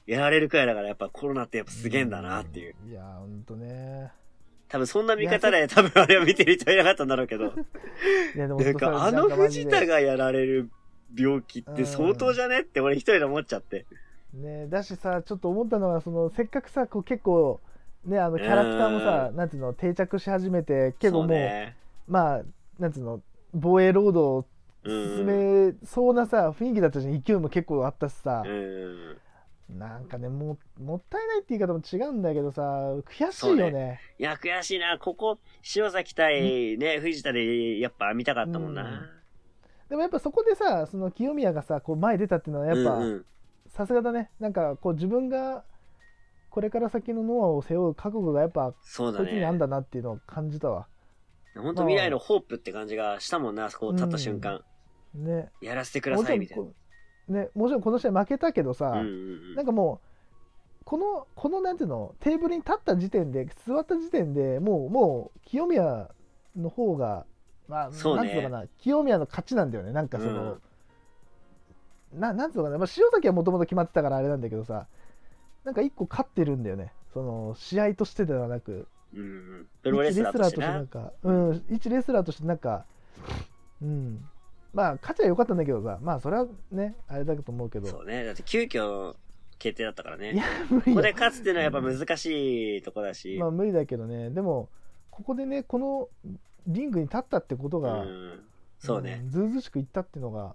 [SPEAKER 2] やられるくらいだから、やっぱコロナってやっぱすげえんだなっていう。。
[SPEAKER 1] いや、ほんとね。
[SPEAKER 2] 多分そんな見方で、多分あれを見てる人いなかったんだろうけど。
[SPEAKER 1] いや、でも
[SPEAKER 2] なんか、あの藤田
[SPEAKER 1] が。
[SPEAKER 2] がやられる病気って相当じゃねって俺一人で思っちゃって。
[SPEAKER 1] ね、だしさ、ちょっと思ったのは、その、せっかくさ、こう結構、ね、あの、キャラクターもさ、なんていうの、定着し始めて、結構
[SPEAKER 2] そう
[SPEAKER 1] もう、
[SPEAKER 2] ね、
[SPEAKER 1] まあ、なんていうの、防衛労働を
[SPEAKER 2] うん
[SPEAKER 1] 進。めそうなさ、雰囲気だったし、勢いも結構あったしさ
[SPEAKER 2] う、ん。
[SPEAKER 1] なんかね、もう、もったいないって言い方も違うんだけどさ、悔しいよね。
[SPEAKER 2] いや、悔しいな。ここ、塩崎対ね、藤田でやっぱ見たかったもんな。
[SPEAKER 1] でもやっぱそこでさ、その清宮がさ、こう前出たっていうのはやっぱ、
[SPEAKER 2] うんうん
[SPEAKER 1] さすがだね。なんかこう自分がこれから先のノアを背負う覚悟がやっぱ
[SPEAKER 2] そうだ
[SPEAKER 1] こいつにあん
[SPEAKER 2] ね。
[SPEAKER 1] だなっていうのを感じたわ。
[SPEAKER 2] 本当未来のホープって感じがしたもんな、あそこを立った瞬間。
[SPEAKER 1] ね。
[SPEAKER 2] やらせてくだ
[SPEAKER 1] もち
[SPEAKER 2] さ
[SPEAKER 1] ろ
[SPEAKER 2] い、
[SPEAKER 1] ん
[SPEAKER 2] みたいな。
[SPEAKER 1] こね、もちろんこの試合負けたけどさ、
[SPEAKER 2] うんうんう
[SPEAKER 1] なんかもうこのこのなんていうのテーブルに立った時点で座った時点でもうもう清宮の方がまあ、
[SPEAKER 2] そう
[SPEAKER 1] な
[SPEAKER 2] ね
[SPEAKER 1] んていうのかな清宮の勝ちなんだよねなんかその、ななんていうのかな、まあ、塩崎はもともと決まってたからあれなんだけどさなんか一個勝ってるんだよねその試合としてではなく
[SPEAKER 2] んうんうん。プロレスラーとし
[SPEAKER 1] 一レス
[SPEAKER 2] て
[SPEAKER 1] ラーな
[SPEAKER 2] な。
[SPEAKER 1] んか、うん、一レスラーとしてなんか、うん、まあ、勝ちは良かったんだけどさ、まあ、それはね、あれだと思うけど、
[SPEAKER 2] そうね。だって急遽決定だったから
[SPEAKER 1] いや
[SPEAKER 2] ね。、
[SPEAKER 1] 無
[SPEAKER 2] こ
[SPEAKER 1] 理
[SPEAKER 2] こ
[SPEAKER 1] だ
[SPEAKER 2] で勝つっていうのはやっぱ難しいとこだし。
[SPEAKER 1] まあ、無理だけどね、でも、ここでね、このリングに立ったってことが、
[SPEAKER 2] うん。そうね。
[SPEAKER 1] んずうずうしくいったっていうのが、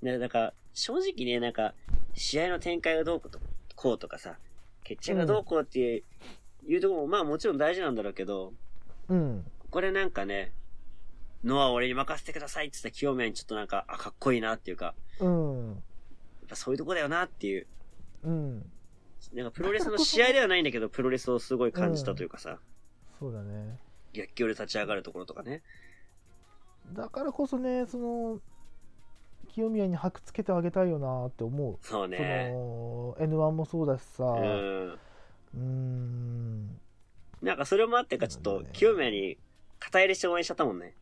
[SPEAKER 2] ね、なんか、正直ね、なんか、試合の展開がどうことこうとかさ、決着がどうこうっていう,、いうところも、まあもちろん大事なんだろうけど、
[SPEAKER 1] うん、
[SPEAKER 2] ここでなんかね、ノア俺に任せてくださいって言った清宮にちょっとなんか、あ、かっこいいなっていうか、
[SPEAKER 1] うん、
[SPEAKER 2] やっぱそういうとこだよなっていう。
[SPEAKER 1] うん、
[SPEAKER 2] なんかプロレスの試合ではないんだけど、プロレスをすごい感じたというかさ、
[SPEAKER 1] そうだね。
[SPEAKER 2] 逆境で立ち上がるところとかね。
[SPEAKER 1] だからこそね、その、清宮に箔つけてあげたいよなって思う。
[SPEAKER 2] そう
[SPEAKER 1] そ
[SPEAKER 2] ね。
[SPEAKER 1] の N1 もそうだしさ、
[SPEAKER 2] うん。
[SPEAKER 1] うん
[SPEAKER 2] なんかそれもあってか、ちょっ
[SPEAKER 1] そう
[SPEAKER 2] と
[SPEAKER 1] だね
[SPEAKER 2] 清宮に肩入れして応援しちゃったもんね。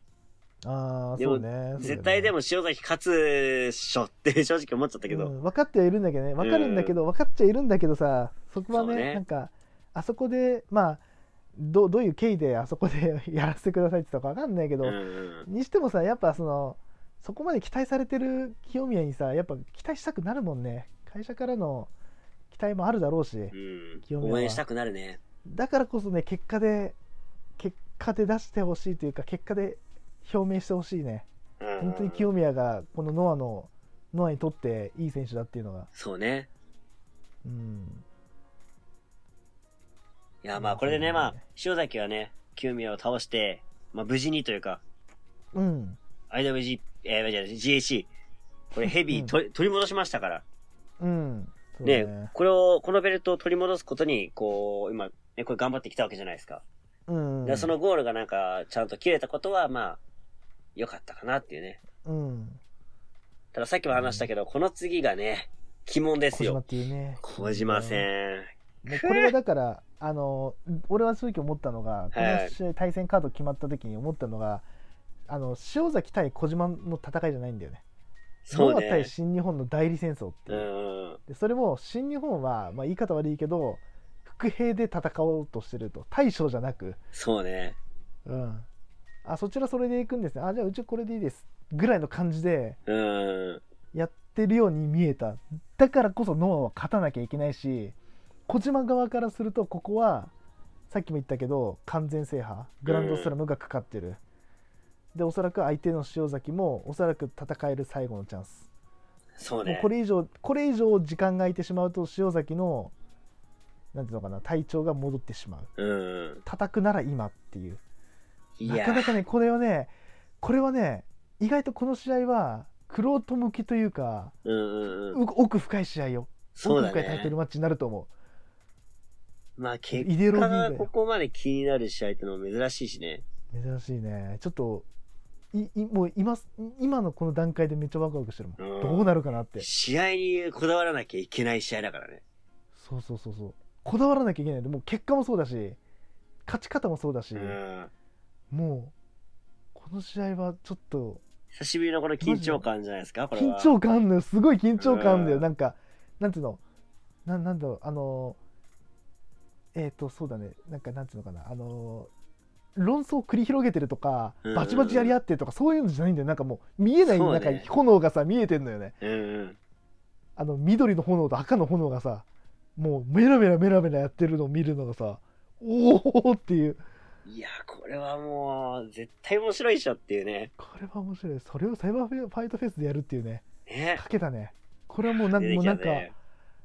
[SPEAKER 1] ああ
[SPEAKER 2] でも
[SPEAKER 1] そうねそうだよね
[SPEAKER 2] 絶対でも塩崎勝つっしょって正直思っちゃったけど、
[SPEAKER 1] うん分かってはいるんだけどね分かるんだけど、分かっちゃいるんだけどさそこは
[SPEAKER 2] そう
[SPEAKER 1] ね
[SPEAKER 2] ね
[SPEAKER 1] なんかあそこでまあどどういう経緯であそこで やらせてくださいって言ったか分かんないけど、
[SPEAKER 2] うんうん
[SPEAKER 1] にしてもさやっぱそのそこまで期待されてる清宮にさやっぱ期待したくなるもんね会社からの期待もあるだろうし、
[SPEAKER 2] う
[SPEAKER 1] 清
[SPEAKER 2] ん、
[SPEAKER 1] 宮は
[SPEAKER 2] 応援したくなるね。
[SPEAKER 1] だからこそね結果で結果で出してほしいというか結果で表明してほしいね本
[SPEAKER 2] 本
[SPEAKER 1] 当に清宮がこのノアのノアにとっていい選手だっていうのが
[SPEAKER 2] そうね。
[SPEAKER 1] うん
[SPEAKER 2] いや、まあこれでね、
[SPEAKER 1] まあ
[SPEAKER 2] まあ、塩崎はね、清宮を倒して、まあ無事にというか、
[SPEAKER 1] うん、
[SPEAKER 2] IWG、えー、じゃあ GAC、これヘビーと、取り戻しましたから、
[SPEAKER 1] うん、そう
[SPEAKER 2] ねこれを、このベルトを取り戻すことに、こう、今、ね、これ頑張ってきたわけじゃないですか。
[SPEAKER 1] うん
[SPEAKER 2] だからそのゴールがなんか、ちゃんと切れたことは、まあ、良かったかなっていうね。
[SPEAKER 1] うん
[SPEAKER 2] たださっきも話したけど、この次がね、鬼門です
[SPEAKER 1] 小島
[SPEAKER 2] よ
[SPEAKER 1] っ。ていうね
[SPEAKER 2] 小島戦。
[SPEAKER 1] もうこれはだからあの俺は正直思ったのがこの試合対戦カード決まった時に思ったのがあの塩崎対小島の戦いじゃないんだよね
[SPEAKER 2] そう
[SPEAKER 1] ノア対
[SPEAKER 2] ね。
[SPEAKER 1] 新日本の代理戦争って
[SPEAKER 2] う
[SPEAKER 1] いう、
[SPEAKER 2] んうん。
[SPEAKER 1] でそれも新日本は、まあ、言い方悪いけど伏兵で戦おうとしてると大将じゃなく、
[SPEAKER 2] そうね。
[SPEAKER 1] うん、あそちらそれで行くんですねあじゃあうちこれでいいですぐらいの感じで
[SPEAKER 2] うん。
[SPEAKER 1] やってるように見えただからこそノアは勝たなきゃいけないし小島側からするとここはさっきも言ったけど完全制覇グランドスラムがかかってる、でおそらく相手の塩崎もおそらく戦える最後のチャンス
[SPEAKER 2] そう
[SPEAKER 1] もう
[SPEAKER 2] ね
[SPEAKER 1] こ。れ以上これ以上時間が空いてしまうと塩崎のなんていうのかな体調が戻ってしまう
[SPEAKER 2] うん。
[SPEAKER 1] 叩くなら今っていう
[SPEAKER 2] い
[SPEAKER 1] な
[SPEAKER 2] や
[SPEAKER 1] かなかねこれはねこれはね意外とこの試合はクロート向きというか
[SPEAKER 2] うんうんうん。
[SPEAKER 1] う奥深い試合よ
[SPEAKER 2] そう
[SPEAKER 1] 奥
[SPEAKER 2] だ
[SPEAKER 1] 深いタイト
[SPEAKER 2] ね
[SPEAKER 1] ル。マッチになると思
[SPEAKER 2] まあ
[SPEAKER 1] う
[SPEAKER 2] 結
[SPEAKER 1] イデオロギ
[SPEAKER 2] 果
[SPEAKER 1] ーが
[SPEAKER 2] がこ
[SPEAKER 1] よ
[SPEAKER 2] こまで気になる試合ってのも珍しいしね。
[SPEAKER 1] 珍しいねちょっといいもう今今のこの段階でめっちゃワクワクしてるもん、
[SPEAKER 2] うん
[SPEAKER 1] どうなるかなって
[SPEAKER 2] 試合にこだわらなきゃいけない試合だからね。
[SPEAKER 1] そうそうそうそうこだわらなきゃいけないでもう結果もそうだし勝ち方もそうだし、
[SPEAKER 2] うん。
[SPEAKER 1] もうこの試合はちょっと
[SPEAKER 2] 久しぶりのこの緊張感じゃないですか、これ
[SPEAKER 1] 緊
[SPEAKER 2] は。
[SPEAKER 1] 張感あんのよすごい緊張感あんだよ、
[SPEAKER 2] うん
[SPEAKER 1] なんかなんていうのななんだろうあのえっ、とそうだねなんかなんていうのかなあの論争を繰り広げてるとか
[SPEAKER 2] うん
[SPEAKER 1] バチバチやり合ってるとかそういうのじゃないんだよなんかもう見えない
[SPEAKER 2] そう
[SPEAKER 1] 中
[SPEAKER 2] ね
[SPEAKER 1] に炎がさ見えてんのよね
[SPEAKER 2] うんうん。
[SPEAKER 1] あの緑の炎と赤の炎がさもうメラメラメラメラやってるのを見るのがさおおっていう
[SPEAKER 2] いや、これはもう、絶対面白いっしょっていうね。
[SPEAKER 1] これは面白いそれをサイバーファイトフェスでやるっていうね
[SPEAKER 2] ね。
[SPEAKER 1] かけたねこれはもうなん
[SPEAKER 2] 出て
[SPEAKER 1] もう
[SPEAKER 2] き
[SPEAKER 1] な
[SPEAKER 2] た
[SPEAKER 1] んか、
[SPEAKER 2] ね。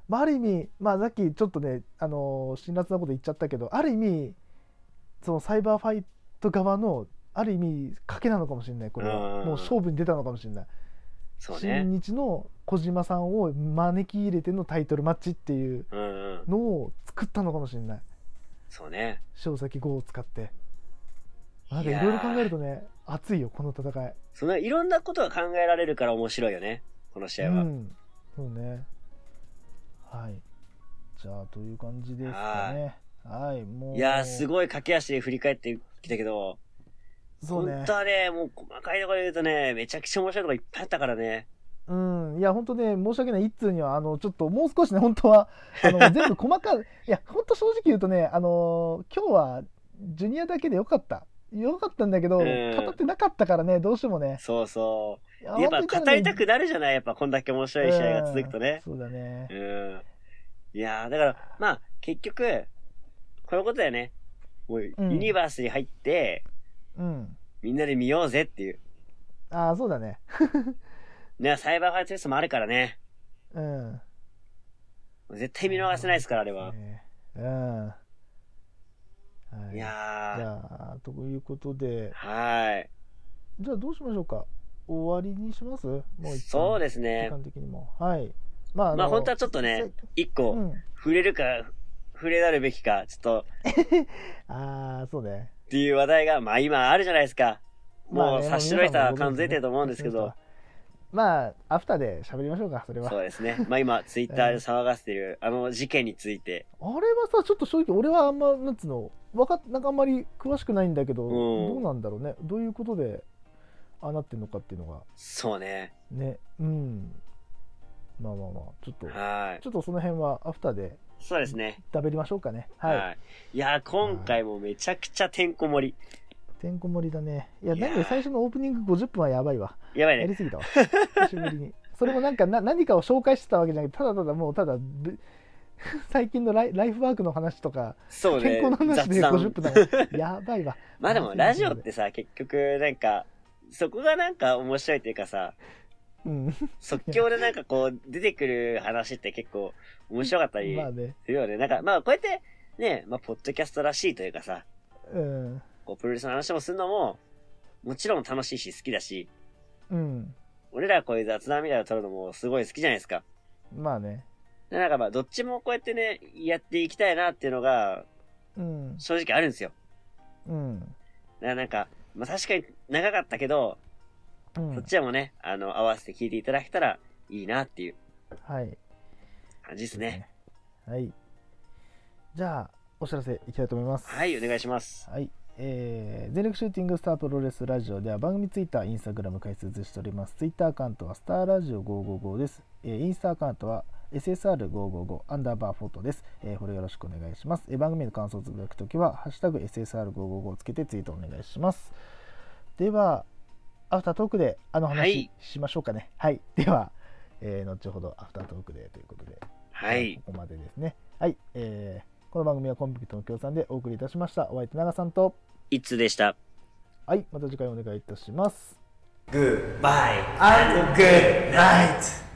[SPEAKER 1] まあ、ある意味、まあ、さっきちょっとね、あのー辛辣なこと言っちゃったけどある意味そのサイバーファイト側のある意味賭けなのかもしれないこれ
[SPEAKER 2] う
[SPEAKER 1] は
[SPEAKER 2] ん
[SPEAKER 1] もう勝負に出たのかもしれない、
[SPEAKER 2] そう
[SPEAKER 1] 新
[SPEAKER 2] ね。
[SPEAKER 1] 日の小島さんを招き入れてのタイトルマッチっていう
[SPEAKER 2] うんうん。
[SPEAKER 1] のを作ったのかもしれない
[SPEAKER 2] そうね。
[SPEAKER 1] 塩崎号を使ってなんかい
[SPEAKER 2] いやー
[SPEAKER 1] ろいろ考えるとね熱いよこの戦い
[SPEAKER 2] そのいろんなことが考えられるから面白いよね。この試合
[SPEAKER 1] う
[SPEAKER 2] は。
[SPEAKER 1] んそうねはいじゃあという感じですかねはいもう
[SPEAKER 2] いやー、す
[SPEAKER 1] い
[SPEAKER 2] ごい駆け足で振り返ってきたけど、
[SPEAKER 1] そうね
[SPEAKER 2] 本当はね、もう細かいところで言うとね、めちゃくちゃ面白いところいっぱいあったからね。
[SPEAKER 1] うん、いや、本当ね、申し訳ない、一通には、あの、ちょっと、もう少しね、本当は、あ の、全部細かい、いや、本当正直言うとね、あの、今日は、ジュニアだけでよかった。よかったんだけど、
[SPEAKER 2] うん
[SPEAKER 1] 語ってなかったからね、どうしてもね。
[SPEAKER 2] そうそ。
[SPEAKER 1] いう
[SPEAKER 2] やっぱ
[SPEAKER 1] 本当に
[SPEAKER 2] 語りたく
[SPEAKER 1] ね
[SPEAKER 2] なるじゃないやっぱこんだけ面白い試合が続くとね。
[SPEAKER 1] そうだね
[SPEAKER 2] う。ん。いやー、だから、まあ、結局、こういうことだよね。もう、ユ
[SPEAKER 1] うん
[SPEAKER 2] ニバースに入って、
[SPEAKER 1] うん。
[SPEAKER 2] みんなで見ようぜっていう。
[SPEAKER 1] ああ、そうだね。
[SPEAKER 2] ね、サイバーファイトテストもあるからね。
[SPEAKER 1] うん。
[SPEAKER 2] 絶対見逃せないですから、あれは。
[SPEAKER 1] ねうん。はい
[SPEAKER 2] い
[SPEAKER 1] じ
[SPEAKER 2] や
[SPEAKER 1] ゃあ、ということで
[SPEAKER 2] ー。、は
[SPEAKER 1] じゃあ、どうしましょうか。終わりにしますもう
[SPEAKER 2] い。
[SPEAKER 1] 一旦
[SPEAKER 2] そうです
[SPEAKER 1] 時
[SPEAKER 2] ね。
[SPEAKER 1] 間的にも。はい。まあ、
[SPEAKER 2] ま
[SPEAKER 1] の
[SPEAKER 2] あ、本当はちょっとね、一個、
[SPEAKER 1] うん、
[SPEAKER 2] 触れるか、触れらるべきか、ちょっと、
[SPEAKER 1] ああそうね
[SPEAKER 2] っていう話題が、まあ今あるじゃないですか。もう察しろいた感じ出てると思うんですけど、
[SPEAKER 1] まあアフターで喋りましょうかそれはあ
[SPEAKER 2] そう
[SPEAKER 1] れ
[SPEAKER 2] ですね。まあ今、ツイッターで騒がせてる、あの事件について。
[SPEAKER 1] はさちょっと正直俺はあんまなんつうのわかっなんかあんまり詳しくないんだけど、
[SPEAKER 2] うん
[SPEAKER 1] どうなんだろうねどういうことでああなってんのかっていうのが
[SPEAKER 2] そうね。
[SPEAKER 1] ねうんまあまあまあちょっと
[SPEAKER 2] はい。
[SPEAKER 1] ちょっとその辺はアフターで
[SPEAKER 2] そうですね。
[SPEAKER 1] 食べりましょうかねはい、
[SPEAKER 2] い。いやー、今回もめちゃくちゃてんこ盛
[SPEAKER 1] てんこ盛りだねいや
[SPEAKER 2] いやー
[SPEAKER 1] なんで最初のオープニング50分はやばいわ
[SPEAKER 2] り。やばい
[SPEAKER 1] や
[SPEAKER 2] ね。
[SPEAKER 1] りすぎたわ久しぶりにそれもなんかな何かを紹介してたわけじゃなくてただただもうただぶ 最近のライライフワークの話とか
[SPEAKER 2] そうね。
[SPEAKER 1] 健康の話で
[SPEAKER 2] 雑談
[SPEAKER 1] 50分だもん やばいわ
[SPEAKER 2] まあでも、ラジオってさ、結局、なんか、そこがなんか面白いっていうかさ、
[SPEAKER 1] うん
[SPEAKER 2] 即興でなんかこう、出てくる話って結構面白かったり
[SPEAKER 1] まあね
[SPEAKER 2] するよね。なんか、まあこうやって、ね、まあ、ポッドキャストらしいというかさ、
[SPEAKER 1] うん
[SPEAKER 2] こう、プロレスの話もするのも、もちろん楽しいし好きだし、
[SPEAKER 1] うん
[SPEAKER 2] 俺らこういう雑談みたいなの撮るのもすごい好きじゃないですか。
[SPEAKER 1] まあね
[SPEAKER 2] でなんかまあ、どっちもこうやってね、やっていきたいなっていうのが、
[SPEAKER 1] うん
[SPEAKER 2] 正直あるんですよ。
[SPEAKER 1] うん
[SPEAKER 2] だからなんか、まあ確かに長かったけど、
[SPEAKER 1] うん
[SPEAKER 2] そっちらもね、あの、合わせて聞いていただけたらいいなっていう
[SPEAKER 1] はい
[SPEAKER 2] 感じですね。
[SPEAKER 1] はいじゃあお知らせいきたいと思います
[SPEAKER 2] はい、お願いします。
[SPEAKER 1] はい、えー全力シューティングスタープロレスラジオでは番組ツイッター、インスタグラム開設しております。ツイッターアカウントはスターラジオ555です。えーインスタアカウントは SSR555 アンダーバーフォトです。えーこれよろしくお願いします。えー番組の感想をつぶやくときは、ハッシュタグ SSR555 をつけてツイートお願いします。では、アフタートークであの
[SPEAKER 2] は
[SPEAKER 1] 話
[SPEAKER 2] い
[SPEAKER 1] しましょうかね。はい、では、えー後ほどアフタートークでということで。
[SPEAKER 2] はい。
[SPEAKER 1] ここまでですね。はい、えーこの番組はコンビクトの協賛でお送りいたしました。お相手長さんと、
[SPEAKER 2] いつでした。
[SPEAKER 1] はい、また次回お願いいたします。
[SPEAKER 3] Goodbye and good night.